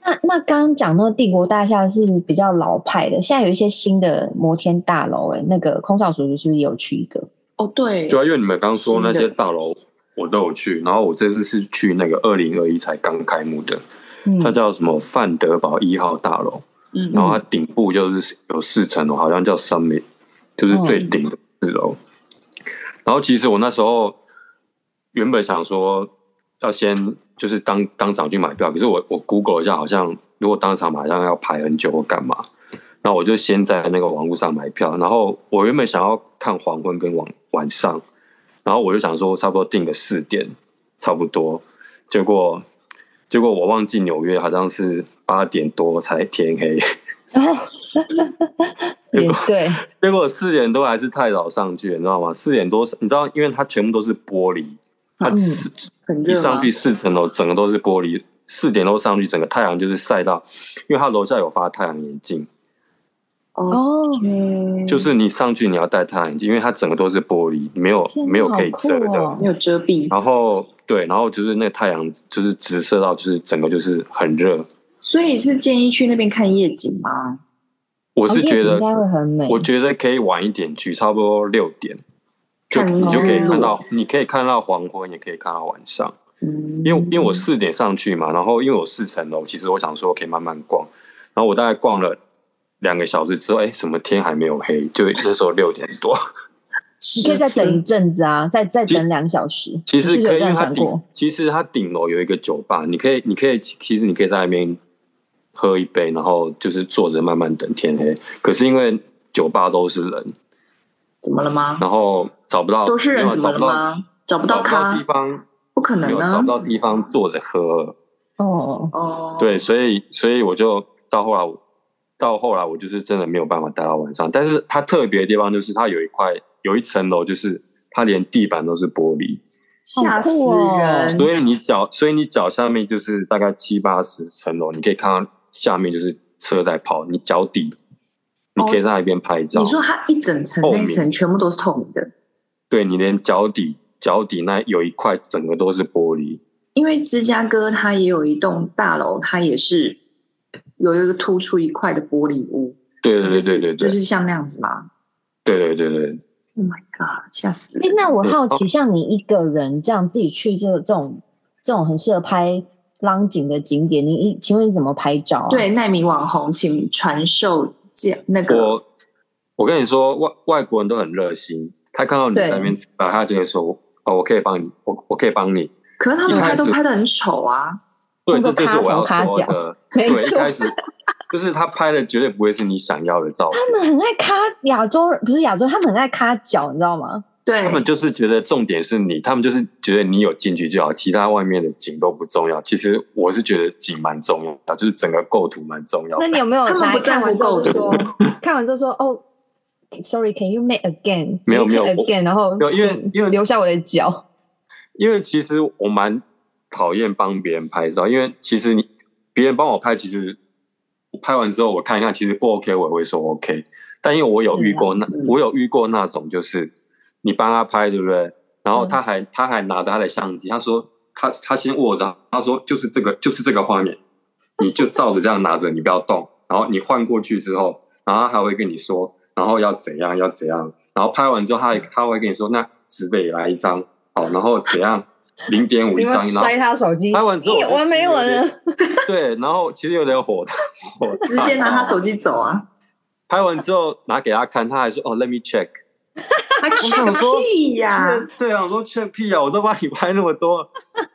Speaker 2: 那那刚刚讲到帝国大厦是比较老派的，现在有一些新的摩天大楼、欸，那个空少叔叔是不是也有去一个？
Speaker 3: 哦，对
Speaker 1: 对啊，因为你们刚说那
Speaker 3: 新
Speaker 1: 些
Speaker 3: 的
Speaker 1: 大楼我都有去，然后我这次是去那个二零二一才刚开幕的，
Speaker 2: 嗯，
Speaker 1: 它叫什么范德堡一号大楼，
Speaker 3: 嗯
Speaker 1: 然后它顶部就是有四层楼，好像叫
Speaker 3: 哦
Speaker 1: Summit，就是最顶的四楼。然后其实我那时候原本想说要先就是当当场去买票，可是我我 Google 一下，好像如果当场马上要排很久或干嘛，那我就先在那个网络上买票。然后我原本想要看黄昏跟晚晚上，然后我就想说差不多定个四点，差不多。结果结果我忘记纽约好像是八点多才天黑，
Speaker 2: 然后也 对，
Speaker 1: 结果四点多还是太早上去，你知道吗？四点多，你知道，因为它全部都是玻璃，它
Speaker 3: 嗯
Speaker 1: 四、
Speaker 3: 很
Speaker 1: 一
Speaker 3: 热啊
Speaker 1: 上
Speaker 3: 吗？
Speaker 1: 去四层楼，整个都是玻璃。四点多上去，整个太阳就是晒到，因为它楼下有发太阳眼镜，
Speaker 3: 哦，
Speaker 2: 哦，
Speaker 3: 嗯
Speaker 1: 就是你上去你要戴太阳眼镜，因为它整个都是玻璃，没有
Speaker 2: 天哪
Speaker 1: 没有可以遮
Speaker 2: 好
Speaker 1: 的。
Speaker 2: 酷哦
Speaker 3: 没有遮蔽，
Speaker 1: 然后对，然后就是那个太阳就是直射到，就是整个就是很热。
Speaker 3: 所以是建议去那边看夜景吗？
Speaker 1: 我是觉
Speaker 2: 哦夜景
Speaker 1: 得
Speaker 2: 应该会很美。
Speaker 1: 我觉得可以晚一点去，差不多六点，就
Speaker 3: 看
Speaker 2: 嗯
Speaker 1: 你就可以看
Speaker 3: 日
Speaker 2: 哦
Speaker 1: 到，你可以看到黄昏，也可以看到晚上。
Speaker 3: 嗯，
Speaker 1: 因为因为我四点上去嘛，然后因为我四层楼，其实我想说可以慢慢逛，然后我大概逛了两个小时之后，哎，什么天还没有黑，就那时候六点多。
Speaker 2: 你可以再等一阵子啊，再再等两小时。
Speaker 1: 其实
Speaker 2: 你是不
Speaker 1: 可以，
Speaker 2: 是有
Speaker 1: 因为
Speaker 2: 这样
Speaker 1: 它
Speaker 2: 想
Speaker 1: 顶
Speaker 2: 过，
Speaker 1: 其实它顶楼有一个酒吧，你可以，你可以，其实你可以在那边喝一杯，然后就是坐着慢慢等天黑。可是因为酒吧都是人，
Speaker 3: 怎么了吗？
Speaker 1: 然后找不到
Speaker 3: 都是
Speaker 1: 没
Speaker 3: 人
Speaker 1: 有
Speaker 3: 怎么
Speaker 1: 找不
Speaker 3: 了
Speaker 1: 到
Speaker 3: 吗？找不
Speaker 1: 找
Speaker 3: 到
Speaker 1: 不到地
Speaker 3: 咖，
Speaker 1: 方，
Speaker 3: 不可
Speaker 1: 没
Speaker 3: 能
Speaker 1: 有
Speaker 3: 啊
Speaker 1: 找！不到地方坐着喝。
Speaker 2: 哦，
Speaker 3: 哦，
Speaker 1: 对，，所以所以我就到后来我，到后来我就是真的没有办法待到晚上。但是它特别的地方就是它有一块有一层楼，就是它连地板都是玻璃，
Speaker 3: 吓死人！
Speaker 1: 所以你脚所以你脚下面就是大概七八十层楼，你可以看到下面就是车在跑，你脚底你可以在那边拍照。
Speaker 3: 哦你说它一整层
Speaker 1: 透
Speaker 3: 那
Speaker 1: 明
Speaker 3: 一层全部都是透明的，
Speaker 1: 对你连脚底脚底那有一块整个都是玻璃，
Speaker 3: 因为芝加哥它也有一栋大楼，它也是有一个突出一块的玻璃屋，
Speaker 1: 对对对对对对，
Speaker 3: 就是像那样子嘛。
Speaker 1: 对对对对。
Speaker 3: Oh my god，吓死
Speaker 2: 诶
Speaker 3: 人！
Speaker 2: 那我好奇，像你一个人这样自己去这这种这种很适合拍浪景的景点，你一请问你怎么拍照啊？，
Speaker 3: 对，奈米网红，请传授介那个
Speaker 1: 我我跟你说，外外国人都很热心，他看到你
Speaker 2: 对
Speaker 1: 在那边吃饭，他就会说：“哦，我可以帮你，我我可以帮你。
Speaker 3: 可是他
Speaker 1: 一
Speaker 3: 们拍
Speaker 1: 开始
Speaker 3: 都拍的很丑啊，”
Speaker 1: 对，
Speaker 2: 弄个
Speaker 1: 这就是
Speaker 2: 咖
Speaker 1: 我要
Speaker 2: 头咖
Speaker 1: 说
Speaker 2: 脚
Speaker 1: 的。
Speaker 2: 没
Speaker 1: 对，一
Speaker 2: 错
Speaker 1: 开始就是他拍的绝对不会是你想要的照片，
Speaker 2: 他们很爱卡亚洲人，不是亚洲，他们很爱卡脚，你知道吗？
Speaker 3: 对
Speaker 1: 他，们就是觉得重点是你，他们就是觉得你有进去就好，其他外面的景都不重要。其实我是觉得景蛮重要的，就是整个构图蛮重要的
Speaker 2: 那。你有没有
Speaker 3: 他们
Speaker 2: 来
Speaker 3: 不在
Speaker 2: 看完
Speaker 3: 乎
Speaker 2: 之后就
Speaker 3: 构
Speaker 2: 说， 看完之后说，哦，sorry，can you make again？
Speaker 1: 没有
Speaker 2: Make
Speaker 1: 没有我
Speaker 2: again，然后
Speaker 1: 没有因为
Speaker 2: 请
Speaker 1: 因为
Speaker 2: 留下我的脚。
Speaker 1: 因为其实我蛮讨厌帮别人拍照，因为其实你别人帮我拍，其实我拍完之后我看一看，其实不 OK 我也会说 OK。但因为我有遇过那、
Speaker 3: 是啊嗯
Speaker 1: 我有遇过那种，就是你帮他拍，对不对？然后
Speaker 2: 嗯
Speaker 1: 他还、他还拿着他的相机，他说他他先握着，他说就是这个就是这个画面，你就照着这样拿着，你不要动。然后你换过去之后，然后他还会跟你说，然后要怎样要怎样，然后拍完之后他还他会跟你说，那指北来一张，好，然后怎样零点五一
Speaker 2: 你们
Speaker 1: 张，然后
Speaker 2: 摔他手机，
Speaker 1: 拍完之后
Speaker 2: 咦
Speaker 1: 我就
Speaker 2: 完没
Speaker 1: 觉得
Speaker 2: 完
Speaker 1: 有
Speaker 2: 了
Speaker 1: 点。对，然后其实有点火大， 火大
Speaker 3: 直接拿他手机走啊，
Speaker 1: 拍完之后拿给他看，他还说哦，let me check。
Speaker 3: 还看
Speaker 1: 想
Speaker 3: 个
Speaker 1: 说
Speaker 3: 屁呀！
Speaker 1: 对啊，我说 check 屁啊，我都帮你拍那么多。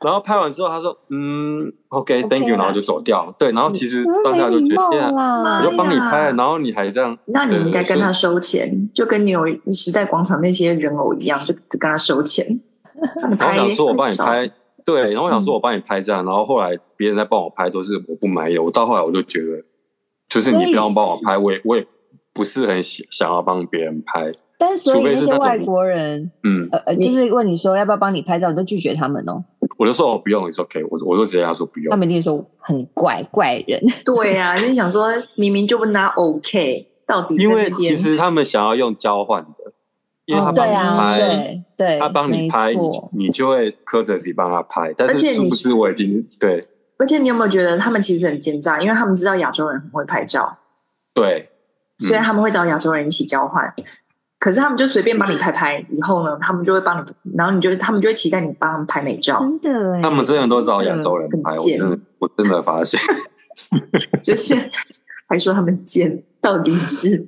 Speaker 1: 然后拍完之后，他说嗯
Speaker 2: OK
Speaker 1: ，OK，thank、you，
Speaker 2: 啦
Speaker 1: 然后就走掉。对，然后其实
Speaker 2: 怎么
Speaker 1: 当下
Speaker 2: 没
Speaker 1: 就
Speaker 2: 礼
Speaker 1: 觉得
Speaker 2: 貌
Speaker 1: 天啊，
Speaker 2: 啦
Speaker 1: 我就帮你拍
Speaker 3: 哎呀
Speaker 1: 了，然后你还这样，
Speaker 3: 那你
Speaker 1: 对
Speaker 3: 应该跟
Speaker 1: 所以
Speaker 3: 他收钱，就跟你有时代广场那些人偶一样，就只跟他收钱。
Speaker 1: 然后想说我帮你
Speaker 3: 拍
Speaker 1: 拍，对，然后我想说我帮你拍这
Speaker 3: 嗯
Speaker 1: 样，然后后来别人在帮我拍都是我不满意的，我到后来我就觉得，就是
Speaker 2: 所以
Speaker 1: 你不要帮我拍，我也我也不是很想想要帮别人拍，
Speaker 2: 但所以
Speaker 1: 除非
Speaker 2: 那
Speaker 1: 是
Speaker 2: 些
Speaker 1: 那种
Speaker 2: 外国人，
Speaker 1: 嗯，
Speaker 2: 呃呃，
Speaker 3: 你
Speaker 2: 就是问你说要不要帮你拍照，你都拒绝他们哦。
Speaker 1: 我就说我不用，你说 OK，我我就直接跟他说不
Speaker 2: 他
Speaker 1: 用，
Speaker 2: 们一定说很怪怪人，
Speaker 3: 对呀、啊，就想说明明就不拿 OK，到底在
Speaker 1: 因为
Speaker 3: 这边
Speaker 1: 其实他们想要用交换的，因为他
Speaker 3: 哦
Speaker 1: 帮
Speaker 2: 对
Speaker 1: 你
Speaker 2: 啊，
Speaker 1: 拍，
Speaker 2: 对对，
Speaker 1: 他帮你拍，
Speaker 2: 没
Speaker 1: 你
Speaker 2: 错
Speaker 1: 你就会 courtesy 帮他拍，但
Speaker 3: 而且
Speaker 1: 是
Speaker 3: 你
Speaker 1: 殊不知我已经对
Speaker 3: 而且你有没有觉得他们其实很奸诈？因为他们知道亚洲人很会拍照，
Speaker 1: 对，嗯
Speaker 3: 所以他们会找亚洲人一起交换。可是他们就随便帮你拍拍，以后呢，他们就会帮你，然后你就他们就会期待你帮他们拍美照，
Speaker 2: 真的哎，
Speaker 1: 他们真的都找亚洲人
Speaker 3: 很
Speaker 1: 拍，我
Speaker 3: 贱
Speaker 1: 真的我真的发现。
Speaker 3: 就是 还说他们贱，到底是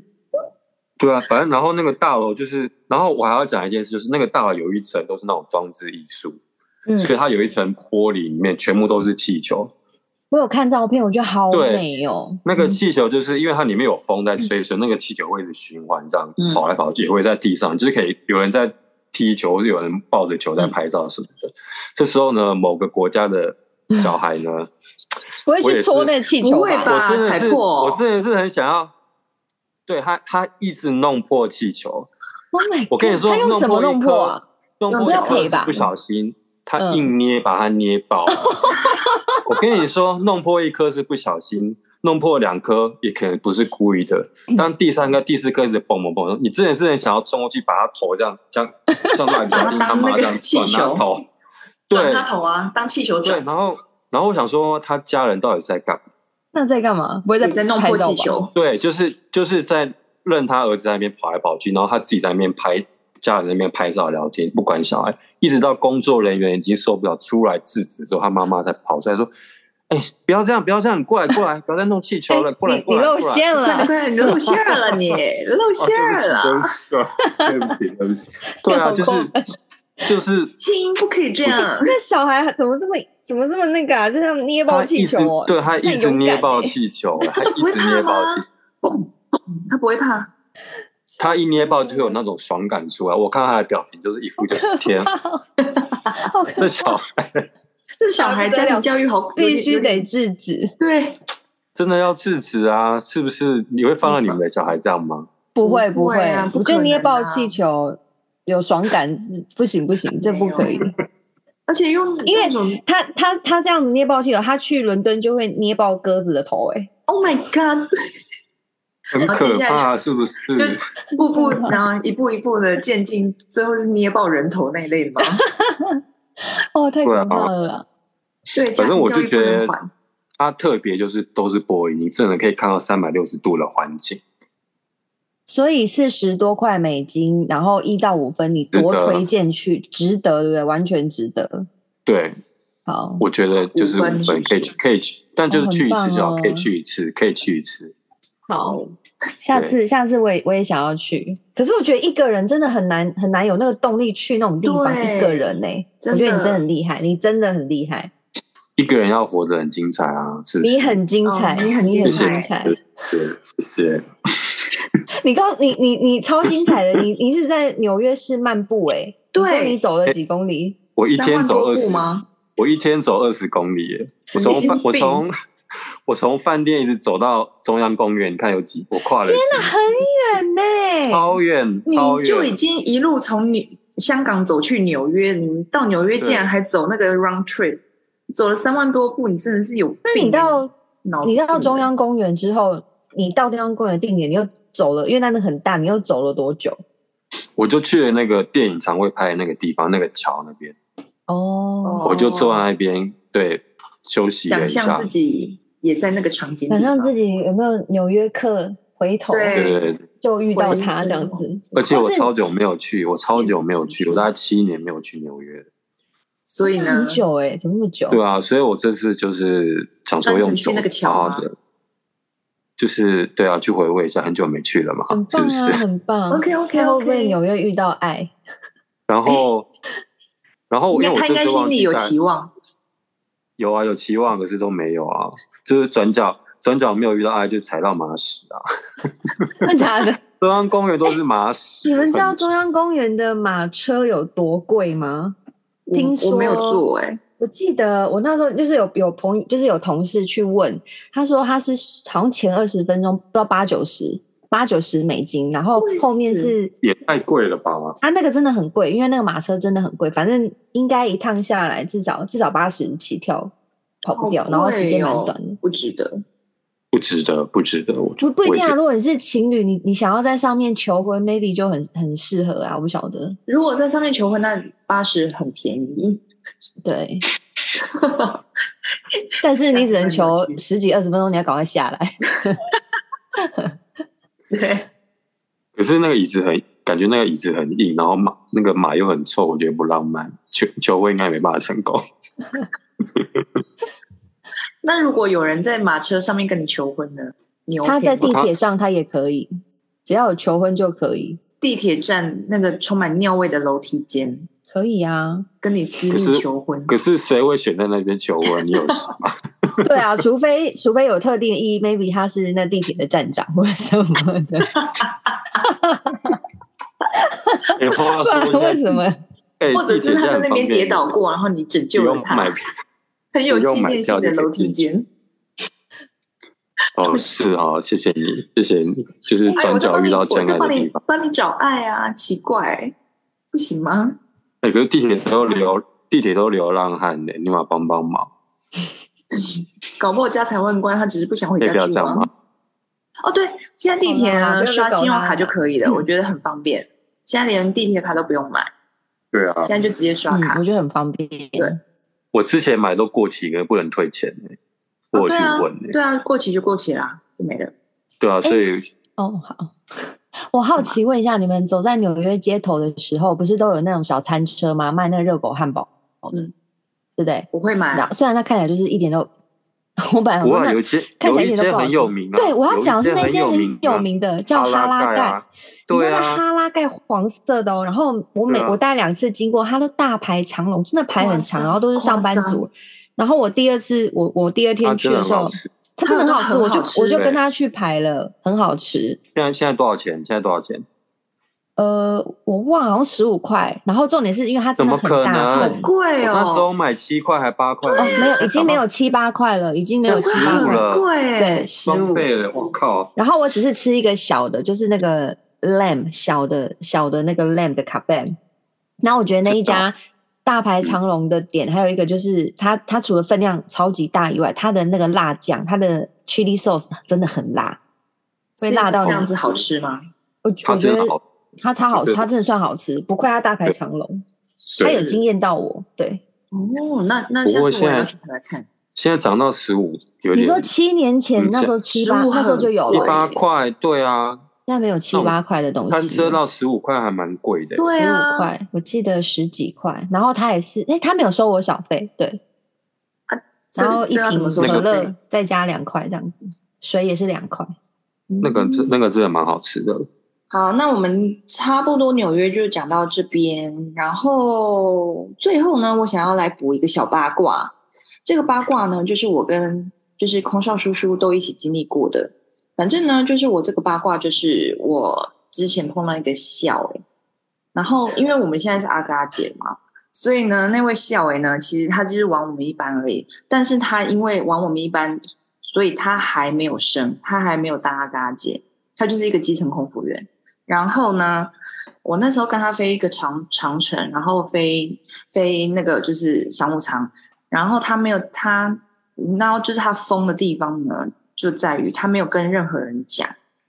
Speaker 1: 对啊，反正然后那个大楼就是，然后我还要讲一件事，就是那个大楼有一层都是那种装置艺术，
Speaker 2: 嗯
Speaker 1: 所以它有一层玻璃，里面全部都是气球。
Speaker 2: 我有看照片，我觉得好
Speaker 1: 对
Speaker 2: 美哦。
Speaker 1: 那
Speaker 3: 嗯
Speaker 1: 个气球就是因为它里面有风在吹，所以那个气球会一直循环这样
Speaker 3: 嗯
Speaker 1: 跑来跑去，也会在地上，就是可以有人在踢球，或者有人抱着球
Speaker 3: 嗯
Speaker 1: 在拍照什么的。这时候呢，某个国家的
Speaker 3: 嗯
Speaker 1: 小孩 呢，
Speaker 2: 不会
Speaker 1: 我也
Speaker 2: 去
Speaker 1: 是
Speaker 2: 戳那个气球
Speaker 3: 不会吧
Speaker 1: 我真的
Speaker 3: 踩
Speaker 1: 是，
Speaker 3: 破哦
Speaker 1: 我真的是很想要，对他，他一直弄破气球。
Speaker 2: ？Oh my god！
Speaker 1: 我跟你说，
Speaker 2: 他用什么
Speaker 1: 弄
Speaker 2: 弄
Speaker 1: 破一颗
Speaker 2: 破啊？
Speaker 1: 弄破
Speaker 2: 用
Speaker 1: 巧克
Speaker 2: 推
Speaker 1: 力
Speaker 2: 吧
Speaker 1: 不小心，他
Speaker 2: 嗯
Speaker 1: 硬捏把它捏爆。 我跟你说，弄破一颗是不小心，弄破两颗也可能不是故意的。当第三颗、第四颗一直蹦蹦蹦，你真的是很想要冲过去把他头这样、这样、像蜡笔小新
Speaker 3: 把它
Speaker 1: 他
Speaker 3: 当
Speaker 1: 妈
Speaker 3: 那
Speaker 1: 这
Speaker 3: 个
Speaker 1: 样
Speaker 3: 气
Speaker 1: 转他
Speaker 3: 球
Speaker 1: 头，
Speaker 3: 转
Speaker 1: 对
Speaker 3: 他头啊，当气球
Speaker 1: 对。
Speaker 3: 转，
Speaker 1: 然后，然后我想说，他家人到底在干嘛？
Speaker 2: 那在干嘛？不会
Speaker 3: 你在弄破
Speaker 2: 拍照吧
Speaker 3: 气？球，
Speaker 1: 对，就是就是在任他儿子在那边跑来跑去，然后他自己在那边拍，家人在那边拍照聊天，不管小孩，一直到工作人员已经受不了出来制止之后，他妈妈才跑出来说：“哎、不要这样，不要这样，你过来过来，不要再弄气球了，过来
Speaker 2: 你哎你
Speaker 1: 过来。”哦
Speaker 2: 露馅
Speaker 3: 对
Speaker 2: 了，
Speaker 3: 对，你露馅儿了 你，露馅儿了，
Speaker 1: 对不起，对不起，对不起，对 啊，就是就是
Speaker 3: 亲不可以 这样。
Speaker 2: 那小孩怎么这么怎么这么那个啊？就像捏爆
Speaker 1: 他一
Speaker 2: 气
Speaker 1: 直
Speaker 2: 球哦，
Speaker 1: 对他一
Speaker 2: 太
Speaker 1: 直
Speaker 2: 勇敢
Speaker 1: 捏
Speaker 2: 欸
Speaker 1: 爆气 球，他一
Speaker 3: 会
Speaker 1: 直
Speaker 3: 怕
Speaker 1: 捏爆
Speaker 3: 吗
Speaker 1: 气
Speaker 3: 他不会怕，
Speaker 1: 他一捏爆就有那种爽感出来。我看他的表情，就是一副 就是天，啊
Speaker 2: 好可
Speaker 1: 这啊小孩
Speaker 3: 这小孩家庭教育好，
Speaker 2: 必须
Speaker 3: 有点
Speaker 2: 得制止，
Speaker 3: 对，
Speaker 1: 真的要制止啊！是不是？你会放到你们的小孩这样
Speaker 3: 哦
Speaker 1: 吗？
Speaker 2: 不会
Speaker 3: 不会
Speaker 2: 会
Speaker 3: 啊，不
Speaker 2: 我
Speaker 3: 可
Speaker 2: 觉
Speaker 3: 能啊
Speaker 2: 得捏爆气球有爽感，不行不行，这不 可以。
Speaker 3: 而且用
Speaker 2: 因为
Speaker 3: 那种
Speaker 2: 他他他这样子捏爆气球，他去伦敦就会捏爆鸽子的头、欸，
Speaker 3: Oh my God，
Speaker 1: 很可怕，是不是？
Speaker 3: 就步步然后一步一步的渐进，最后是捏爆人头那一类吗？
Speaker 2: 哦，太
Speaker 1: 对啊
Speaker 2: 可怕了啦！
Speaker 3: 对，
Speaker 1: 反正我就觉
Speaker 3: 家庭教
Speaker 1: 得
Speaker 3: 育不能缓
Speaker 1: 它特别就是都是玻璃，你真的可以看到三百六十度的环境。
Speaker 2: 所以四十多块美金，然后一到五分，你多
Speaker 1: 值得
Speaker 2: 推荐去，值得对不对？完全值得。
Speaker 1: 对，
Speaker 2: 好，
Speaker 1: 我觉得就是
Speaker 3: 五
Speaker 1: 五
Speaker 3: 分是
Speaker 1: 分
Speaker 3: 不
Speaker 1: 可
Speaker 3: 是
Speaker 1: 以去，可以去，但就是去一
Speaker 2: 哦
Speaker 1: 次
Speaker 2: 很棒
Speaker 1: 就好，
Speaker 2: 哦
Speaker 1: 可以去一次，可以去一次。
Speaker 2: 好，下次下次我也我也想要去，可是我觉得一个人真的很难很难有那个动力去那种地方
Speaker 3: 对
Speaker 2: 一个人呢、
Speaker 3: 真的
Speaker 2: 我觉得你真的很厉害，你真的很厉害，
Speaker 1: 一个人要活得很精彩啊，是不是？
Speaker 2: 你很精彩，
Speaker 3: 哦你很
Speaker 2: 你
Speaker 3: 精
Speaker 2: 很
Speaker 1: 彩
Speaker 2: 精彩。
Speaker 1: 对，谢谢。
Speaker 2: 你告你你你超精彩的，你你是在纽约市漫步哎、欸，
Speaker 3: 对
Speaker 2: 你说你走了几公里，
Speaker 1: 我一
Speaker 3: 哦三
Speaker 1: 天
Speaker 3: 万
Speaker 1: 走
Speaker 3: 多
Speaker 1: 二
Speaker 3: 步
Speaker 1: 十
Speaker 3: 吗？
Speaker 1: 我一天走二十公里耶！我
Speaker 3: 神
Speaker 1: 从
Speaker 3: 经
Speaker 1: 饭我
Speaker 3: 病
Speaker 1: 从 我从饭店一直走到中央公园，你看有几我跨了几
Speaker 2: 很远呢、
Speaker 1: 超远超
Speaker 3: 你就已
Speaker 1: 远，
Speaker 3: 经一路从你香港走去纽约，你到纽约竟然还走那个 round trip，走了三万多步，你真的是有病。
Speaker 2: 那你到
Speaker 3: 脑子
Speaker 2: 你到
Speaker 3: 病
Speaker 2: 中央公园之后，你到中央公园定点，你又走了，因为那里很大，你又走了多久？
Speaker 1: 我就去了那个电影常会拍的那个地方，那个桥那边，
Speaker 2: 哦，
Speaker 1: 我就坐在那边对休息了
Speaker 3: 想
Speaker 1: 一
Speaker 3: 象
Speaker 1: 下
Speaker 3: 自。己也在那个场景里吧，
Speaker 2: 想象自己有没有纽约客回头
Speaker 1: 对对对，对
Speaker 2: 就遇到他这样子，
Speaker 1: 而
Speaker 3: 哦
Speaker 1: 且我
Speaker 2: 或是
Speaker 1: 超久没有去，我超久没有去，
Speaker 3: 电影
Speaker 1: 我大概七年没有去纽约了。
Speaker 3: 所以呢
Speaker 2: 很，久哎、怎么那么久？
Speaker 1: 对啊，所以我这次就是想说
Speaker 3: 专程
Speaker 1: 用
Speaker 3: 去
Speaker 1: 走
Speaker 3: 那个桥
Speaker 1: 好
Speaker 3: 吗
Speaker 1: 好的，就是对啊，去回味一下，很久没去了嘛，
Speaker 2: 很
Speaker 1: 是
Speaker 2: 棒
Speaker 1: 不是
Speaker 2: 啊，？很棒。
Speaker 3: OK，OK，OK
Speaker 2: 看会不会纽约遇到爱？
Speaker 1: 然后，然后因为
Speaker 3: 应该
Speaker 1: 我
Speaker 3: 他应
Speaker 1: 这
Speaker 3: 该
Speaker 1: 次
Speaker 3: 心
Speaker 1: 忘
Speaker 3: 里
Speaker 1: 记
Speaker 3: 有
Speaker 1: 带
Speaker 3: 期望，
Speaker 1: 有啊有期望，可是都没有啊，就是转角转角没有遇到哎爱，就踩到马屎啊。
Speaker 2: 真的假的？
Speaker 1: 中央啊公园都
Speaker 3: 哎
Speaker 1: 是马屎，
Speaker 2: 你们知道
Speaker 1: 很
Speaker 2: 中央公园的马车有多贵吗？听
Speaker 3: 我
Speaker 2: 说
Speaker 3: 我没有做哎，
Speaker 2: 我记得我那时候就是有有朋就是有同事去问，他说他是好像前二十分钟不知道八九十八九十美金，然后
Speaker 3: 贵
Speaker 2: 后面
Speaker 3: 死
Speaker 2: 是
Speaker 1: 也太贵了吧？
Speaker 2: 他那个真的很贵，因为那个马车真的很贵，反正应该一趟下来至少至少八十起跳，跑不掉，
Speaker 3: 好
Speaker 2: 然后时间
Speaker 3: 贵
Speaker 2: 蛮
Speaker 3: 哦
Speaker 2: 短的。
Speaker 3: 不值得。
Speaker 1: 不值得，不值得，我
Speaker 2: 不不一
Speaker 1: 我也
Speaker 2: 定
Speaker 1: 觉
Speaker 2: 啊，
Speaker 1: 得
Speaker 2: 如果你是情侣，你你想要在上面求婚，maybe 就很很适合啊，我不晓得。
Speaker 3: 如果在上面求婚，那八十很便宜。
Speaker 2: 对，但是你只能求十几二十分钟，你要赶快下来。
Speaker 3: 对，
Speaker 1: 可是那个椅子很，感觉那个椅子很硬，然后马那个马又很臭，我觉得不浪漫，求求婚应该没办法成功。
Speaker 3: 那如果有人在马车上面跟你求婚呢？你 OK
Speaker 2: 他在地
Speaker 1: 吗
Speaker 2: 铁上他也可以，只要有求婚就可以，
Speaker 3: 地铁站那个充满尿味的楼梯间，
Speaker 2: 可以啊，
Speaker 3: 跟你私
Speaker 1: 可是
Speaker 3: 密求婚。
Speaker 1: 可是谁会选在那边求婚？你有事 吗？
Speaker 2: 对啊，除非除非有特定意义，maybe 他是那地铁的站长或者什么的，
Speaker 1: 哎，话
Speaker 2: 不然
Speaker 1: 说
Speaker 2: 为
Speaker 1: 一下，
Speaker 2: 什么？
Speaker 1: 哎，
Speaker 3: 或者
Speaker 1: 地
Speaker 3: 是
Speaker 1: 铁
Speaker 3: 他在
Speaker 1: 站
Speaker 3: 那
Speaker 1: 旁
Speaker 3: 边跌倒过，然后你拯救
Speaker 1: 不
Speaker 3: 了
Speaker 1: 用买
Speaker 3: 他，很有
Speaker 1: 不用
Speaker 3: 纪
Speaker 1: 买
Speaker 3: 念
Speaker 1: 票
Speaker 3: 性的
Speaker 1: 就可以
Speaker 3: 楼
Speaker 1: 进去
Speaker 3: 梯间。
Speaker 1: 哦，是哦，谢谢你，谢谢你，就是
Speaker 3: 哎，
Speaker 1: 转
Speaker 3: 我就
Speaker 1: 角
Speaker 3: 帮
Speaker 1: 遇
Speaker 3: 你，
Speaker 1: 到
Speaker 3: 我
Speaker 1: 真爱
Speaker 3: 就
Speaker 1: 的
Speaker 3: 帮
Speaker 1: 地
Speaker 3: 你
Speaker 1: 方。
Speaker 3: 帮你找爱啊，奇怪，不行吗？
Speaker 1: 哎，可是地铁都流，地铁都流浪汉的，你嘛帮帮忙，
Speaker 3: 搞不好家财万贯，他只是不想回
Speaker 1: 可以
Speaker 3: 家
Speaker 1: 不要
Speaker 3: 住
Speaker 1: 这样
Speaker 3: 啊
Speaker 1: 吗？。
Speaker 3: 哦，对，现在地铁
Speaker 2: 好啦好啦
Speaker 3: 呢
Speaker 2: 不要再
Speaker 3: 刷
Speaker 2: 搞
Speaker 3: 信用
Speaker 2: 他
Speaker 3: 卡就
Speaker 2: 了嗯
Speaker 3: 可以了，我觉得很方便。现在连地铁卡都不用买，
Speaker 1: 对啊
Speaker 3: 现，在就直接刷
Speaker 2: 嗯
Speaker 3: 卡
Speaker 2: 我。觉得很方便。
Speaker 3: 对
Speaker 1: 我之前买都过期，可是不能退钱欸
Speaker 3: 哦
Speaker 1: 我有去
Speaker 3: 对啊
Speaker 1: 问欸
Speaker 3: 对啊，过期就过期啦，就没了。
Speaker 1: 对啊，所以
Speaker 2: 哦，好。我好奇问一下，你们走在纽约街头的时候，不是都有那种小餐车吗？卖那个热狗汉堡的，
Speaker 3: 嗯
Speaker 2: 对不对？
Speaker 3: 我会买
Speaker 2: 然后，虽然它看起来就是一点都， 我本来想
Speaker 1: 不
Speaker 2: 说
Speaker 1: 啊，
Speaker 2: 那
Speaker 1: 有一间
Speaker 2: 看
Speaker 1: 有
Speaker 2: 起来
Speaker 1: 一
Speaker 2: 一点都
Speaker 1: 间
Speaker 2: 不好
Speaker 1: 很
Speaker 2: 吃
Speaker 1: 有名啊。
Speaker 2: 对我要讲的是那间
Speaker 1: 有一
Speaker 2: 很有
Speaker 1: 啊
Speaker 2: 名的叫哈拉
Speaker 1: 盖
Speaker 2: 盖
Speaker 1: 啊，，对
Speaker 2: 你知道那
Speaker 1: 啊，
Speaker 2: 哈拉盖黄色的哦，然后我每、
Speaker 1: 对啊
Speaker 2: 我大概两次经过，它都大排长龙，真的排很
Speaker 3: 夸
Speaker 2: 长，
Speaker 3: 张
Speaker 2: 然后都是上班
Speaker 3: 夸
Speaker 2: 族。然后我第二次，我我第二
Speaker 1: 它
Speaker 2: 天去
Speaker 1: 啊真的
Speaker 2: 的
Speaker 1: 很
Speaker 2: 时候
Speaker 1: 好，吃。
Speaker 2: 它真的很好
Speaker 3: 它
Speaker 2: 吃，
Speaker 3: 有
Speaker 2: 我
Speaker 3: 很好
Speaker 2: 就
Speaker 3: 吃
Speaker 2: 我就跟
Speaker 1: 对
Speaker 2: 他去排了，很好吃。
Speaker 1: 现在现在多少钱？现在多少钱？
Speaker 2: 呃，我忘了好像十五块，然后重点是因为它真的
Speaker 1: 怎么可
Speaker 2: 很大
Speaker 1: 能
Speaker 2: 份
Speaker 1: 很，我
Speaker 3: 贵哦，
Speaker 1: 那时候买七块还八块，
Speaker 2: 哦，
Speaker 1: 现在
Speaker 2: 没有，已经没
Speaker 1: 涨
Speaker 2: 有七八块了，已经没有
Speaker 1: 现
Speaker 2: 七
Speaker 1: 在
Speaker 2: 八
Speaker 1: 15了
Speaker 2: 块了，
Speaker 3: 很贵
Speaker 2: 对，
Speaker 3: 欸，
Speaker 2: 十
Speaker 1: 到双
Speaker 2: 五。
Speaker 1: 倍了，我靠！
Speaker 2: 然后我只是吃一个小的，就是那个 lamb 小的小的那个 lamb 的卡贝。然后我觉得那一家大排长龙的点，还有一个就是它它除了分量超级大以外，它的那个辣酱，它的 chili sauce 真的很辣，会
Speaker 3: 是
Speaker 2: 辣到
Speaker 3: 这
Speaker 2: 你
Speaker 3: 样子好吃吗？
Speaker 2: 我
Speaker 1: 它
Speaker 2: 我觉
Speaker 1: 真
Speaker 2: 得
Speaker 1: 的好，
Speaker 2: 它它好
Speaker 1: 它真的
Speaker 2: 它真的算好吃，不愧它大排长龙，它
Speaker 1: 对
Speaker 2: 有惊艳到我。对，
Speaker 3: 哦，那那
Speaker 1: 不
Speaker 3: 下
Speaker 1: 过
Speaker 3: 次我
Speaker 1: 现
Speaker 3: 要
Speaker 1: 在
Speaker 3: 去来看。
Speaker 1: 现在涨到十五，有
Speaker 2: 你
Speaker 1: 点
Speaker 2: 说七年前
Speaker 1: 嗯
Speaker 2: 那时候七
Speaker 3: 十
Speaker 2: 八
Speaker 3: 五
Speaker 2: 那时候就有
Speaker 1: 一
Speaker 2: 了，
Speaker 1: 八块，对啊，
Speaker 2: 现在没有七八块的东西了。
Speaker 1: 单车到十五块还蛮贵的。
Speaker 3: 对
Speaker 2: 十五
Speaker 3: 啊，
Speaker 2: 块，我记得十几块。然后他也是，哎、他没有收我小费，对。
Speaker 3: 这
Speaker 2: 然后一
Speaker 3: 这要怎
Speaker 2: 瓶
Speaker 3: 么说
Speaker 2: 可
Speaker 1: 小
Speaker 3: 费
Speaker 2: 乐再加两块这样子，水也是两块。
Speaker 1: 那个
Speaker 3: 嗯
Speaker 1: 那个真的蛮好吃的，
Speaker 3: 好，那我们差不多纽约就讲到这边，然后最后呢，我想要来补一个小八卦。这个八卦呢，就是我跟就是空少叔叔都一起经历过的。反正呢，就是我这个八卦，就是我之前碰到一个笑诶、然后因为我们现在是阿嘎姐嘛，所以呢，那位笑诶呢，其实他就是玩我们一班而已，但是他因为玩我们一班，所以他还没有升，他还没有当阿嘎姐，他就是一个基层空服员。然后呢，我那时候跟他飞一个长长程，然后飞飞那个就是商务舱，然后他没有他，然后就是他疯的地方呢，就在于他没有跟任何人讲。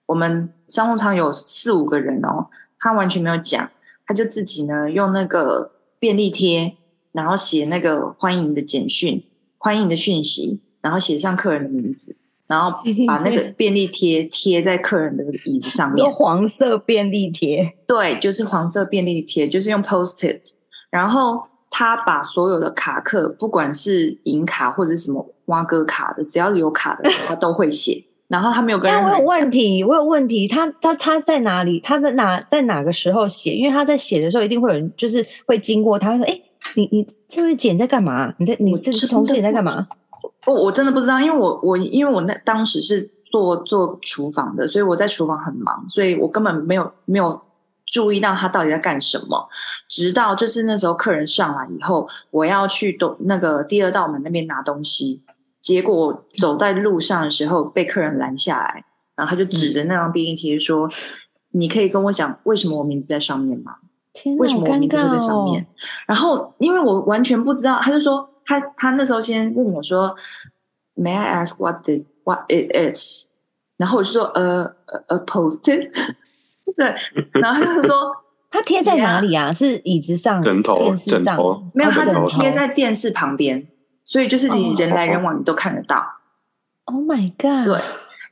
Speaker 3: 我们商务舱有四五个人哦，他完全没有讲，他就自己呢用那个便利贴，然后写那个欢迎的简讯、欢迎的讯息，然后写上客人的名字，然后把那个便利贴贴在客人的椅子上面
Speaker 2: 有，黄色便利贴，
Speaker 3: 对，就是黄色便利贴，就是用 Post-it。然后他把所有的卡克，不管是银卡或者什么蛙哥卡的，只要有卡的，他都会写。然后他没有跟
Speaker 2: 但
Speaker 3: 任何
Speaker 2: 我有
Speaker 3: 人
Speaker 2: 问题，我有问题。他他他在哪里？他在哪在哪个时候写？因为他在写的时候，一定会有人就是会经过他，会说：“哎、你你这位姐你在干嘛？你在你
Speaker 3: 我
Speaker 2: 这
Speaker 3: 真的
Speaker 2: 同事你在干嘛
Speaker 3: 我我真的不知道，因为我我因为我那当时是做做厨房的，所以我在厨房很忙，所以我根本没有没有注意到他到底在干什么。直到就是那时候客人上来以后，我要去东那个第二道门那边拿东西，结果我走在路上的时候被客人拦下来，然后他就指着那张便利贴说：“你可以跟我讲为什么我名字在上面吗？”？”
Speaker 2: 天哪，
Speaker 3: 为什么
Speaker 2: 好
Speaker 3: 我
Speaker 2: 尴
Speaker 3: 名字
Speaker 2: 尬
Speaker 3: 会在上
Speaker 2: 哦
Speaker 3: 面？？然后因为我完全不知道，他就说他他那时候先问我说，May I ask what the what it is？然后我就说呃呃 a post，对，然后他就说
Speaker 2: 他贴在哪里啊？是椅子上、
Speaker 1: 枕头
Speaker 2: 电视
Speaker 1: 枕
Speaker 2: 上
Speaker 1: 头
Speaker 3: 没有，
Speaker 2: 哦
Speaker 3: 他
Speaker 1: 枕
Speaker 3: 是
Speaker 1: 头
Speaker 3: 贴在电视旁边，所以就是你
Speaker 2: 哦
Speaker 3: 人来人往你都看得到。
Speaker 2: Oh my god！
Speaker 3: 对，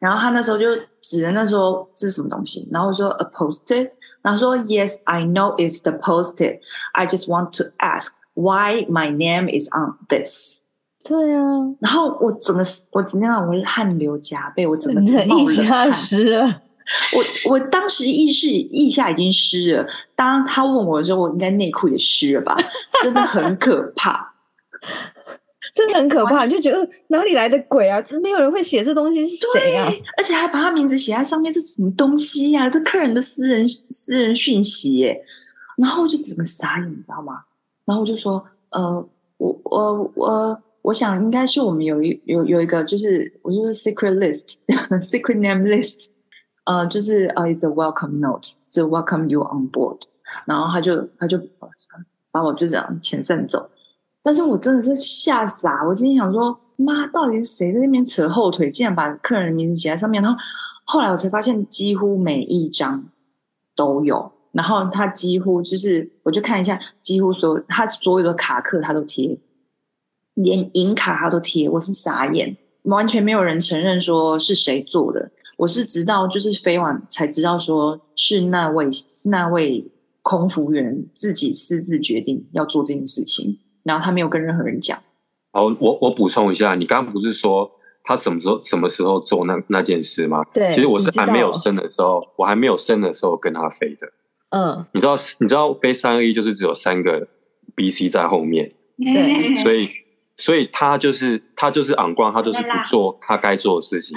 Speaker 3: 然后他那时候就指着那说这是什么东西，然后我说 a post-it，然后说 Yes, I know it's the post-it. I just want to ask why my name is on this.
Speaker 2: 对啊，
Speaker 3: 啊然后我整个我怎么样，我汗流浚背，我整个
Speaker 2: 你的
Speaker 3: 冒
Speaker 2: 一
Speaker 3: 冷
Speaker 2: 下
Speaker 3: 汗。
Speaker 2: 失了，
Speaker 3: 我我当时意识腋下已经湿了，当他问我的时候，我应该内裤也湿了吧？ 真的很可怕。
Speaker 2: 真的很可怕，你就觉得呃哪里来的鬼啊？这没有人会写这东西是谁啊？
Speaker 3: 对而且还把他名字写在上面，这什么东西呀、这客人的私人私人讯息耶！然后我就整个傻眼，你知道吗？然后我就说，呃，我我我我想应该是我们有一有有一个就是我就是 secret list，secret name list，呃，就是呃、i t s a welcome note to welcome you on board。然后他就他就把我就这样遣散走。但是我真的是吓傻，我今天想说，妈，到底是谁在那边扯后腿，竟然把客人的名字写在上面？然后后来我才发现，几乎每一张都有。然后他几乎就是，我就看一下，几乎所有他所有的卡客他都贴，连银卡他都贴，我是傻眼，完全没有人承认说是谁做的。我是直到就是飞完才知道说是那位那位空服员自己私自决定要做这件事情，然后他没有跟任何人 讲。
Speaker 1: 好，我我补充一下，你刚刚不是说他什么时候什么时候做那那件事吗？
Speaker 2: 对，
Speaker 1: 其实我是
Speaker 2: 你知道
Speaker 1: 还没有生的时候，我还没有生的时候跟他飞的。
Speaker 2: 嗯，
Speaker 1: 你知道，你知道飞三二一就是只有三个 B C 在后面，
Speaker 2: 对
Speaker 1: 所以所以他就是他就是 on 光，他就是不做他该做的事情，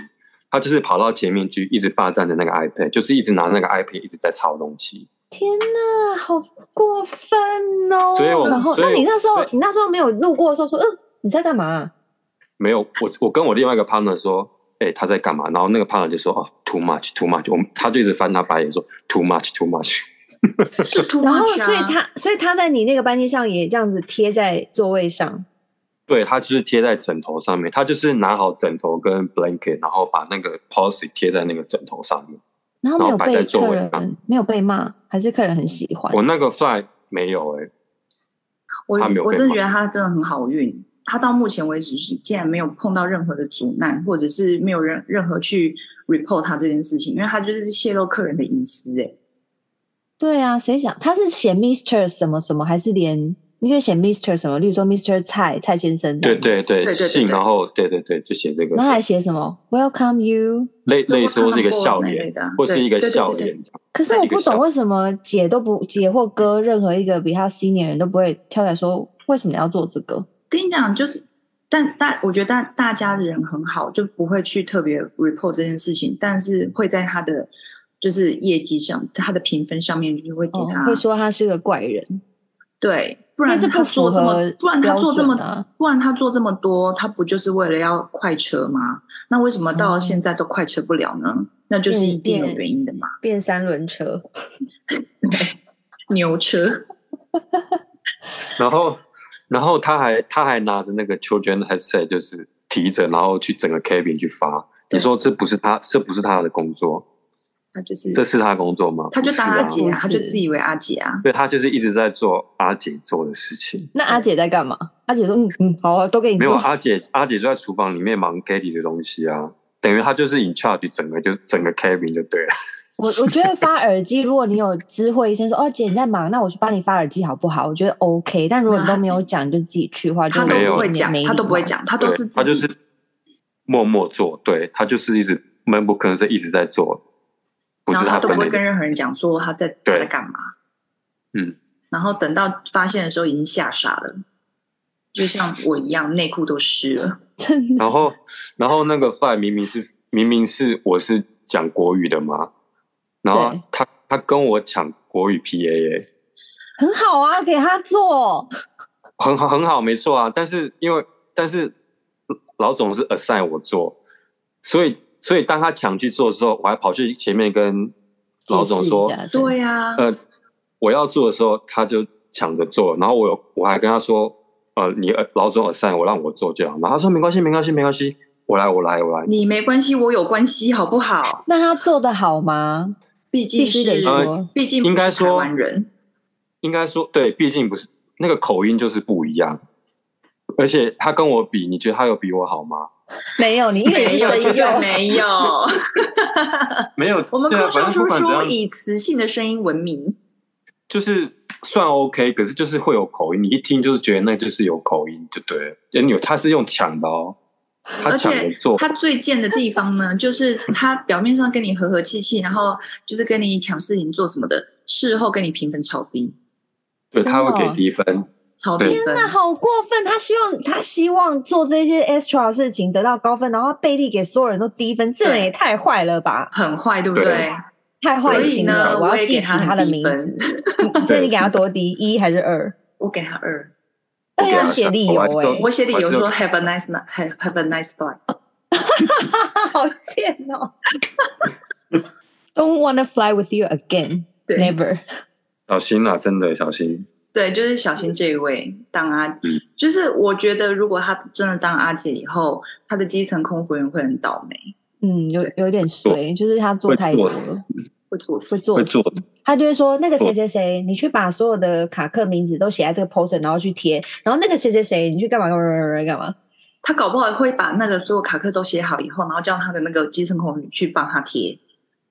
Speaker 1: 他就是跑到前面去一直霸占着那个 iPad，就是一直拿那个 iPad 一直在抄东西。
Speaker 2: 天哪，好过分哦！
Speaker 1: 所以我
Speaker 2: 然后，
Speaker 1: 所以
Speaker 2: 那你那时候
Speaker 1: 所以
Speaker 2: 你那时候没有路过的时候说，嗯、你在干嘛啊、
Speaker 1: 没有，我我跟我另外一个 partner 说，哎、他在干嘛？然后那个 partner 就说，哦，too much，too much，我们他就一直翻他白眼说，too much，too much。
Speaker 3: 是 too
Speaker 2: 然后，
Speaker 3: much 啊
Speaker 2: 所以他所以他在你那个班机上也这样子贴在座位上，
Speaker 1: 对他就是贴在枕头上面，他就是拿好枕头跟 blanket，然后把那个 policy 贴在那个枕头上面。
Speaker 2: 然后没
Speaker 1: 然后
Speaker 2: 有
Speaker 1: 摆
Speaker 2: 被
Speaker 1: 在座
Speaker 2: 客
Speaker 1: 位
Speaker 2: 人
Speaker 1: 上
Speaker 2: 没有被骂，还是客人很喜欢
Speaker 1: 我。那个 fly 没有哎、
Speaker 3: 我
Speaker 1: 他没有
Speaker 3: 我
Speaker 1: 被
Speaker 3: 真的
Speaker 1: 骂
Speaker 3: 觉得他真的很好运，他到目前为止是竟然没有碰到任何的阻难，或者是没有任任何去 report 他这件事情，因为他就是泄露客人的隐私、欸。
Speaker 2: 对啊，谁想他是写 Mister 什么什么，还是连你可以写 Mister 什么，例如说 Mister 蔡蔡先生这
Speaker 1: 对
Speaker 2: 样子，
Speaker 1: 对
Speaker 3: 对对
Speaker 1: 对，
Speaker 3: 对
Speaker 1: 信，
Speaker 3: 对
Speaker 1: 然后对对对，就写这个
Speaker 2: 然后还写什么 Welcome you。
Speaker 1: 类类似或是一个
Speaker 3: Welcome
Speaker 1: 笑
Speaker 3: on board 那类
Speaker 1: 脸
Speaker 3: 的啊，
Speaker 1: 或是一个
Speaker 3: 对对对
Speaker 1: 笑
Speaker 3: 对
Speaker 1: 脸这样。
Speaker 2: 可是
Speaker 1: 那
Speaker 2: 我
Speaker 1: 一个
Speaker 2: 不懂
Speaker 1: 小
Speaker 2: 为什么姐都不姐或哥任何一个比他 senior 人都不会跳出来说为什么你要做这个？
Speaker 3: 跟你讲，就是，但大我觉得大大家的人很好，就不会去特别 report 这件事情，但是会在他的就是业绩上，他的评分上面就是会给
Speaker 2: 哦
Speaker 3: 他、，
Speaker 2: 会说他是个怪人。
Speaker 3: 对，不然
Speaker 2: 那这
Speaker 3: 他
Speaker 2: 不符
Speaker 3: 做
Speaker 2: 合
Speaker 3: 这么，不然他做这么
Speaker 2: 标准啊，
Speaker 3: 不然他做这么多，他不就是为了要快车吗？那为什么到
Speaker 2: 哦
Speaker 3: 现在都快车不了呢？那就是
Speaker 2: 嗯
Speaker 3: 一定有
Speaker 2: 变
Speaker 3: 原因的嘛，
Speaker 2: 变三轮车，
Speaker 3: 牛车。
Speaker 1: 然后然后他还他还拿着那个 children headset，就是提着，然后去整个 cabin 去发。
Speaker 3: 对
Speaker 1: 你说这不是他，这不是他的工作，
Speaker 3: 他就是，
Speaker 1: 这是他的工作吗？
Speaker 3: 他就当阿
Speaker 1: 不是
Speaker 3: 姐
Speaker 1: 啊，
Speaker 3: 啊，
Speaker 2: 不
Speaker 3: 他就是自以为阿姐啊。
Speaker 1: 对他就是一直在做阿姐做的事情。
Speaker 2: 那阿姐在干嘛？阿姐说：“嗯嗯，好啊，都给你
Speaker 1: 没有
Speaker 2: 做。
Speaker 1: 阿姐，阿姐就在厨房里面忙 Kitty 的东西啊，等于他就是 in charge 整个就整个 cabin 就对了。
Speaker 2: 我我觉得发耳机，如果你有知会一声说哦姐你在忙，那我去帮你发耳机好不好？我觉得 OK。但如果你都没有讲，你就自己去的话，就
Speaker 3: 他都
Speaker 1: 没有
Speaker 3: 不会
Speaker 2: 点
Speaker 3: 讲
Speaker 2: 没，
Speaker 3: 他都
Speaker 2: 礼
Speaker 3: 不会
Speaker 2: 貌。
Speaker 3: 讲，他都
Speaker 1: 对
Speaker 3: 是自
Speaker 1: 他就
Speaker 3: 己
Speaker 1: 是默默做，对他就是一直闷不吭声一直在做，不
Speaker 3: 然
Speaker 1: 是
Speaker 3: 后他都
Speaker 1: 分
Speaker 3: 不
Speaker 1: 内
Speaker 3: 会
Speaker 1: 的
Speaker 3: 跟任何人讲说他在他
Speaker 1: 对
Speaker 3: 在干嘛。
Speaker 1: 嗯，
Speaker 3: 然后等到发现的时候已经吓傻了，就像我一样，内裤都湿了。
Speaker 2: 真的
Speaker 1: 然后，然后那个 f 明明是明明是我是讲国语的嘛，然后
Speaker 2: 对
Speaker 1: 他他跟我抢国语 PA，、耶，
Speaker 2: 很好啊，给他做。
Speaker 1: 很好很好，没错啊。但是因为但是老总是 assign 我做，所以所以当他抢去做的时候，我还跑去前面跟老总说
Speaker 2: 解释一下，
Speaker 3: 对啊呀、
Speaker 1: 呃，我要做的时候，他就抢着做，然后我有我还跟他说，呃，你呃老总 assign 我让我做这样，然后他说没关系没关系没关系，我来我来我来，
Speaker 3: 你没关系，我有关系，好不好？
Speaker 2: 那他做的好吗？
Speaker 3: 毕
Speaker 2: 必
Speaker 3: 竟
Speaker 2: 须得
Speaker 3: 是，
Speaker 2: 说，
Speaker 3: 毕竟不是
Speaker 1: 应该说
Speaker 3: 台湾人，
Speaker 1: 应该说对，毕竟不是那个口音就是不一样，而且他跟我比，你觉得他有比我好吗？
Speaker 2: 没有你，因为
Speaker 3: 没
Speaker 2: 你
Speaker 3: 有
Speaker 2: 声
Speaker 3: 绝
Speaker 2: 音
Speaker 3: 对 没有。
Speaker 1: 没有，
Speaker 3: 我们
Speaker 1: 对啊
Speaker 3: 空少
Speaker 1: 反正
Speaker 3: 叔
Speaker 1: 不管怎
Speaker 3: 叔
Speaker 1: 样
Speaker 3: 以磁性的声音闻名，
Speaker 1: 就是算 OK，可是就是会有口音，你一听就是觉得那就是有口音，就对了。因为有他是用抢的哦，他抢着做，
Speaker 3: 他最贱的地方呢，就是他表面上跟你和和气气，然后就是跟你抢事情做什么的，事后跟你评分超低，
Speaker 1: 对
Speaker 2: 真
Speaker 1: 他会
Speaker 2: 的
Speaker 1: 给
Speaker 2: 哦
Speaker 1: 低分。
Speaker 3: 超低分
Speaker 2: 那。好过分！他希望他希望做这些 extra 的事情得到高分，然后背地给所有人都低分，这人也太坏了吧！
Speaker 3: 很坏，对不对？
Speaker 1: 对
Speaker 2: 太坏心
Speaker 3: 所以
Speaker 2: 了！
Speaker 3: 呢
Speaker 2: 我
Speaker 3: 我
Speaker 2: 要
Speaker 3: 也
Speaker 2: 记
Speaker 3: 给
Speaker 2: 起
Speaker 3: 他很
Speaker 2: 的
Speaker 3: 低
Speaker 2: 名
Speaker 3: 分
Speaker 2: 字。你所以你给他多低，一还是二？
Speaker 3: 我给他二，
Speaker 1: 我给
Speaker 2: 要
Speaker 1: 他
Speaker 2: 写
Speaker 1: 上
Speaker 2: 理
Speaker 1: 我还
Speaker 2: 由
Speaker 1: 是有
Speaker 2: 欸
Speaker 3: 我写理由
Speaker 1: 还是
Speaker 3: 说 Have a nice night, have have a nice b y
Speaker 2: 他好贱哦 ！Don't wanna fly with you again,
Speaker 3: 对
Speaker 2: never。
Speaker 1: 小心啊，真的小心。
Speaker 3: 对，就是小心这一位当阿，
Speaker 1: 嗯
Speaker 3: 就是我觉得如果他真的当阿姐以后，他的基层空服员会很倒霉，
Speaker 2: 嗯，有有点衰，就是他做
Speaker 1: 会
Speaker 2: 太
Speaker 1: 作
Speaker 2: 多了，
Speaker 1: 死
Speaker 3: 会作死
Speaker 2: 会。做
Speaker 1: 会做
Speaker 2: 死他就会说那个谁
Speaker 1: 做
Speaker 3: 哦
Speaker 2: 谁谁，你去把所有的卡克名字都写在这个 poster，然后去贴，然后那个谁谁谁，你去干嘛干嘛干嘛干嘛？
Speaker 3: 他搞不好会把那个所有卡克都写好以后，然后叫他的那个基层空服员去帮他贴，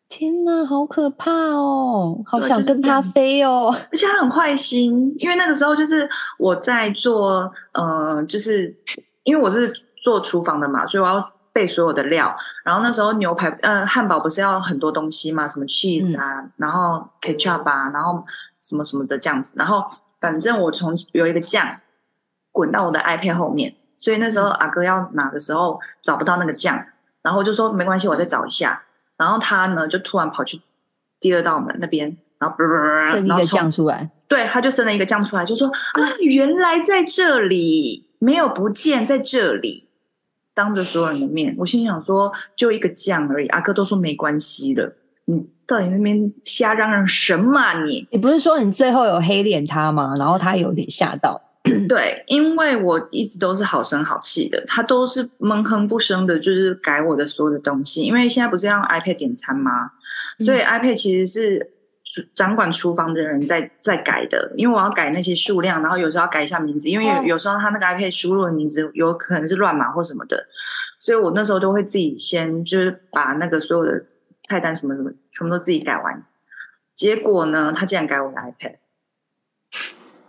Speaker 2: 天哪，好可怕哦！好
Speaker 3: 对啊
Speaker 2: 想
Speaker 3: 就是
Speaker 2: 跟
Speaker 3: 这
Speaker 2: 他
Speaker 3: 样
Speaker 2: 飞哦！
Speaker 3: 而且他很坏心，因为那个时候就是我在做，呃，就是因为我是做厨房的嘛，所以我要备所有的料。然后那时候牛排，呃，汉堡不是要很多东西嘛，什么 cheese 啊，
Speaker 2: 嗯
Speaker 3: 然后 ketchup 啊，然后什么什么的这样子。然后反正我从有一个酱滚到我的 iPad 后面，所以那时候
Speaker 2: 嗯
Speaker 3: 阿哥要拿的时候找不到那个酱，然后我就说没关系，我再找一下。然后他呢就突然跑去第二道门那边，然后啵啵啵 啵
Speaker 2: 剩一
Speaker 3: 啊然
Speaker 2: 个
Speaker 3: 后从
Speaker 2: 酱出来，
Speaker 3: 对，他就生了一个酱出来，就说啊，原来在这里，没有不见，在这里。当着所有人的面，我心想说，就一个酱而已，阿哥都说没关系了，你到底那边瞎嚷嚷什么、啊、你？
Speaker 2: 你不是说你最后有黑脸他吗？然后他有点吓到，
Speaker 3: 对，因为我一直都是好声好气的，他都是闷哼不声的，就是改我的所有的东西。因为现在不是要用 iPad 点餐吗？所以 iPad 其实是主掌管厨房的人在在改的，因为我要改那些数量，然后有时候要改一下名字，因为有
Speaker 2: 哦
Speaker 3: 有时候他那个 iPad 输入的名字有可能是乱码或什么的，所以我那时候都会自己先就是把那个所有的菜单什么什么全部都自己改完。结果呢，他竟然改我的 iPad。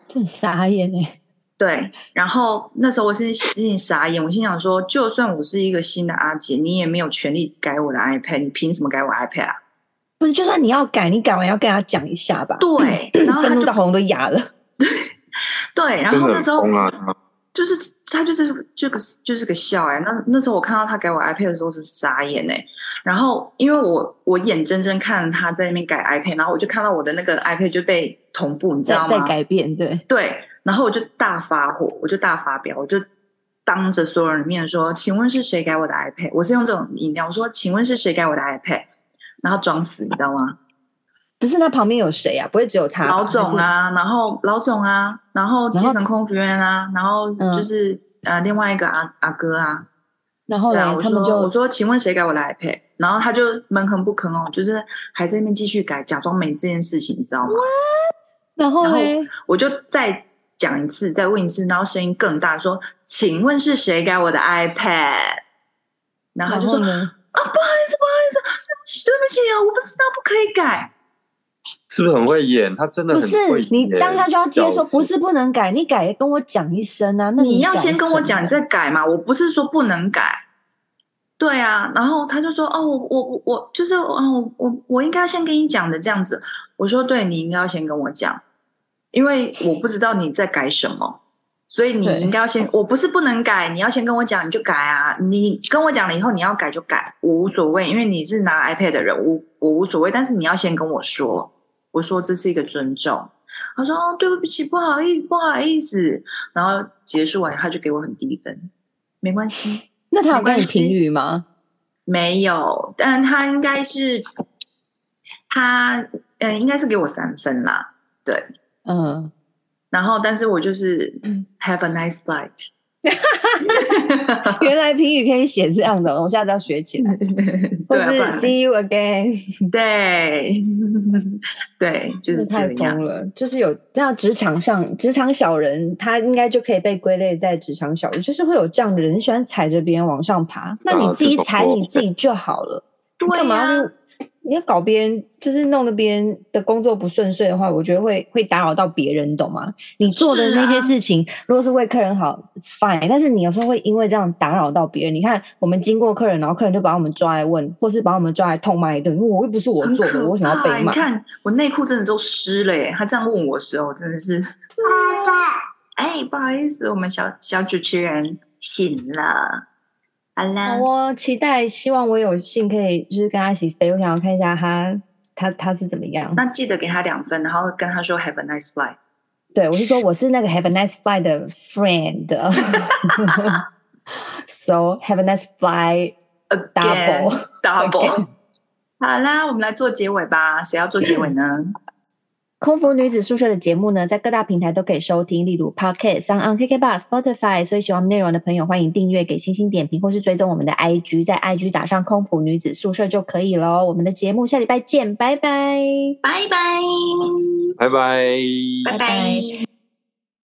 Speaker 2: 真傻眼哎！
Speaker 3: 对，然后那时候我是心里傻眼，我心想说，就算我是一个新的阿姐，你也没有权利改我的 iPad，你凭什么改我 iPad 啊？
Speaker 2: 不是，就算你要改，你改完要跟他讲一下吧。
Speaker 3: 对然后他
Speaker 2: 愤怒到
Speaker 3: 就
Speaker 2: 喉咙都哑了。
Speaker 3: 对，然
Speaker 1: 真
Speaker 3: 后
Speaker 1: 的
Speaker 3: 那
Speaker 1: 很
Speaker 3: 时候
Speaker 1: 疯啊！
Speaker 3: 就是他就是这个就是个笑哎、那那时候我看到他改我 iPad 的时候是傻眼哎、然后因为我我眼睁睁看着他在那边改 iPad，然后我就看到我的那个 iPad 就被同步，你知道
Speaker 2: 在
Speaker 3: 吗？
Speaker 2: 在改变，对，
Speaker 3: 对，然后我就大发火，我就大发飙，我就当着所有人面说：“请问是谁改我的 iPad？” 我是用这种音调，我说：“请问是谁改我的 iPad？” 然后装死，你知道吗？
Speaker 2: 不是那旁边有谁啊？不会只有他吧
Speaker 3: 老总，啊，然后老总啊，然后基
Speaker 2: 然后
Speaker 3: 层空服员啊，然后
Speaker 2: 嗯
Speaker 3: 就是、呃另外一个阿阿哥啊，
Speaker 2: 还是然后
Speaker 3: 对啊，
Speaker 2: 呢，
Speaker 3: 我
Speaker 2: 他们
Speaker 3: 说我
Speaker 2: 就
Speaker 3: 说，请问谁改我的 iPad？然后他就闷哼不吭哦，就是还在那边继续改，假装没这件事情，你知道吗？
Speaker 2: 然后
Speaker 3: 然后
Speaker 2: 嘞，
Speaker 3: 我就再讲一次，再问一次，然后声音更大说：“请问是谁改我的 iPad？” 然
Speaker 2: 然
Speaker 3: 后他就说：“
Speaker 2: 后
Speaker 3: 啊，不好
Speaker 2: 呢？
Speaker 3: 意思，不好意思，对不起，对不起啊，我不知道不可以改。
Speaker 1: 是不是很会演？他真的
Speaker 2: 不
Speaker 1: 很会
Speaker 2: 是
Speaker 1: 演
Speaker 2: 你当下就要接受，
Speaker 1: 角色
Speaker 2: 不是不能改，你改跟我讲一声啊。那
Speaker 3: 你要
Speaker 2: 改
Speaker 3: 先跟我讲，你
Speaker 2: 什么
Speaker 3: 再改嘛，我不是说不能改。”对啊，然后他就说：“哦，我我我我就是，嗯，我我我应该先跟你讲的这样子。”我说：“对，你应该要先跟我讲，因为我不知道你在改什么，所以你
Speaker 2: 对
Speaker 3: 应该要先，我不是不能改，你要先跟我讲，你就改啊。你跟我讲了以后，你要改就改，我无所谓，因为你是拿 iPad 的人，我我无所谓。但是你要先跟我说，我说这是一个尊重。他说：“哦，对不起，不好意思，不好意思。”然后结束完，他就给我很低分，没关系。
Speaker 2: 那他有
Speaker 3: 没
Speaker 2: 跟
Speaker 3: 关
Speaker 2: 你
Speaker 3: 系
Speaker 2: 评语吗？
Speaker 3: 没有，但他应该是他嗯，应该是给我三分啦。对，
Speaker 2: 嗯，
Speaker 3: 然后但是我就是、have a nice flight。
Speaker 2: 原来评语可以写这样的，我下次要学起来，或
Speaker 3: 对啊，
Speaker 2: 是
Speaker 3: 不然
Speaker 2: See you again，
Speaker 3: 对 对，就是
Speaker 2: 这太
Speaker 3: 这样。
Speaker 2: 疯了。就是有这样职场上，职场小人，他应该就可以被归类在职场小人，就是会有这样的人喜欢踩着别人往上爬。那
Speaker 1: 啊
Speaker 2: 你自
Speaker 1: 这
Speaker 2: 己
Speaker 1: 种
Speaker 2: 踩
Speaker 1: 我
Speaker 2: 你自己就好了。
Speaker 3: 对啊
Speaker 2: 干嘛
Speaker 3: 呀、
Speaker 2: 要去你要搞别人，就是弄得别人的工作不顺遂的话，我觉得会会打扰到别人，你懂吗？你做的那
Speaker 3: 啊
Speaker 2: 些事情，如果是为客人好，fine，但是你有时候会因为这样打扰到别人。你看，我们经过客人，然后客人就把我们抓来问，或是把我们抓来痛骂一顿，我又不是我
Speaker 3: 很
Speaker 2: 做的，
Speaker 3: 可
Speaker 2: 我为什么要
Speaker 3: 怕
Speaker 2: 被骂
Speaker 3: 你？看我内裤真的都湿了耶！他这样问我的时候，我真的是，哎，不好意思，我们小小主持人醒了。好啦，
Speaker 2: 好哦，期待，希望我有幸可以就是跟他一起飞，我想要看一下他他他是怎么样。
Speaker 3: 那记得给他两分，然后跟他说 Have a nice flight。
Speaker 2: 对，我是说我是那个 Have a nice flight 的 friend 。So have a nice flight 呃
Speaker 3: Again,
Speaker 2: double。
Speaker 3: double。好啦，我们来做结尾吧。谁要做结尾 呢？
Speaker 2: 空服女子宿舍的节目呢，在各大平台都可以收听，例如 Pocket、s o n KK Bus、Spotify。所以喜欢我们内容的朋友，欢迎订阅、给星星点评，或是追踪我们的 IG，在 IG 打上“空服女子宿舍”就可以喽。我们的节目下礼拜见，拜拜。
Speaker 3: 拜拜，
Speaker 1: 拜拜。
Speaker 2: 拜拜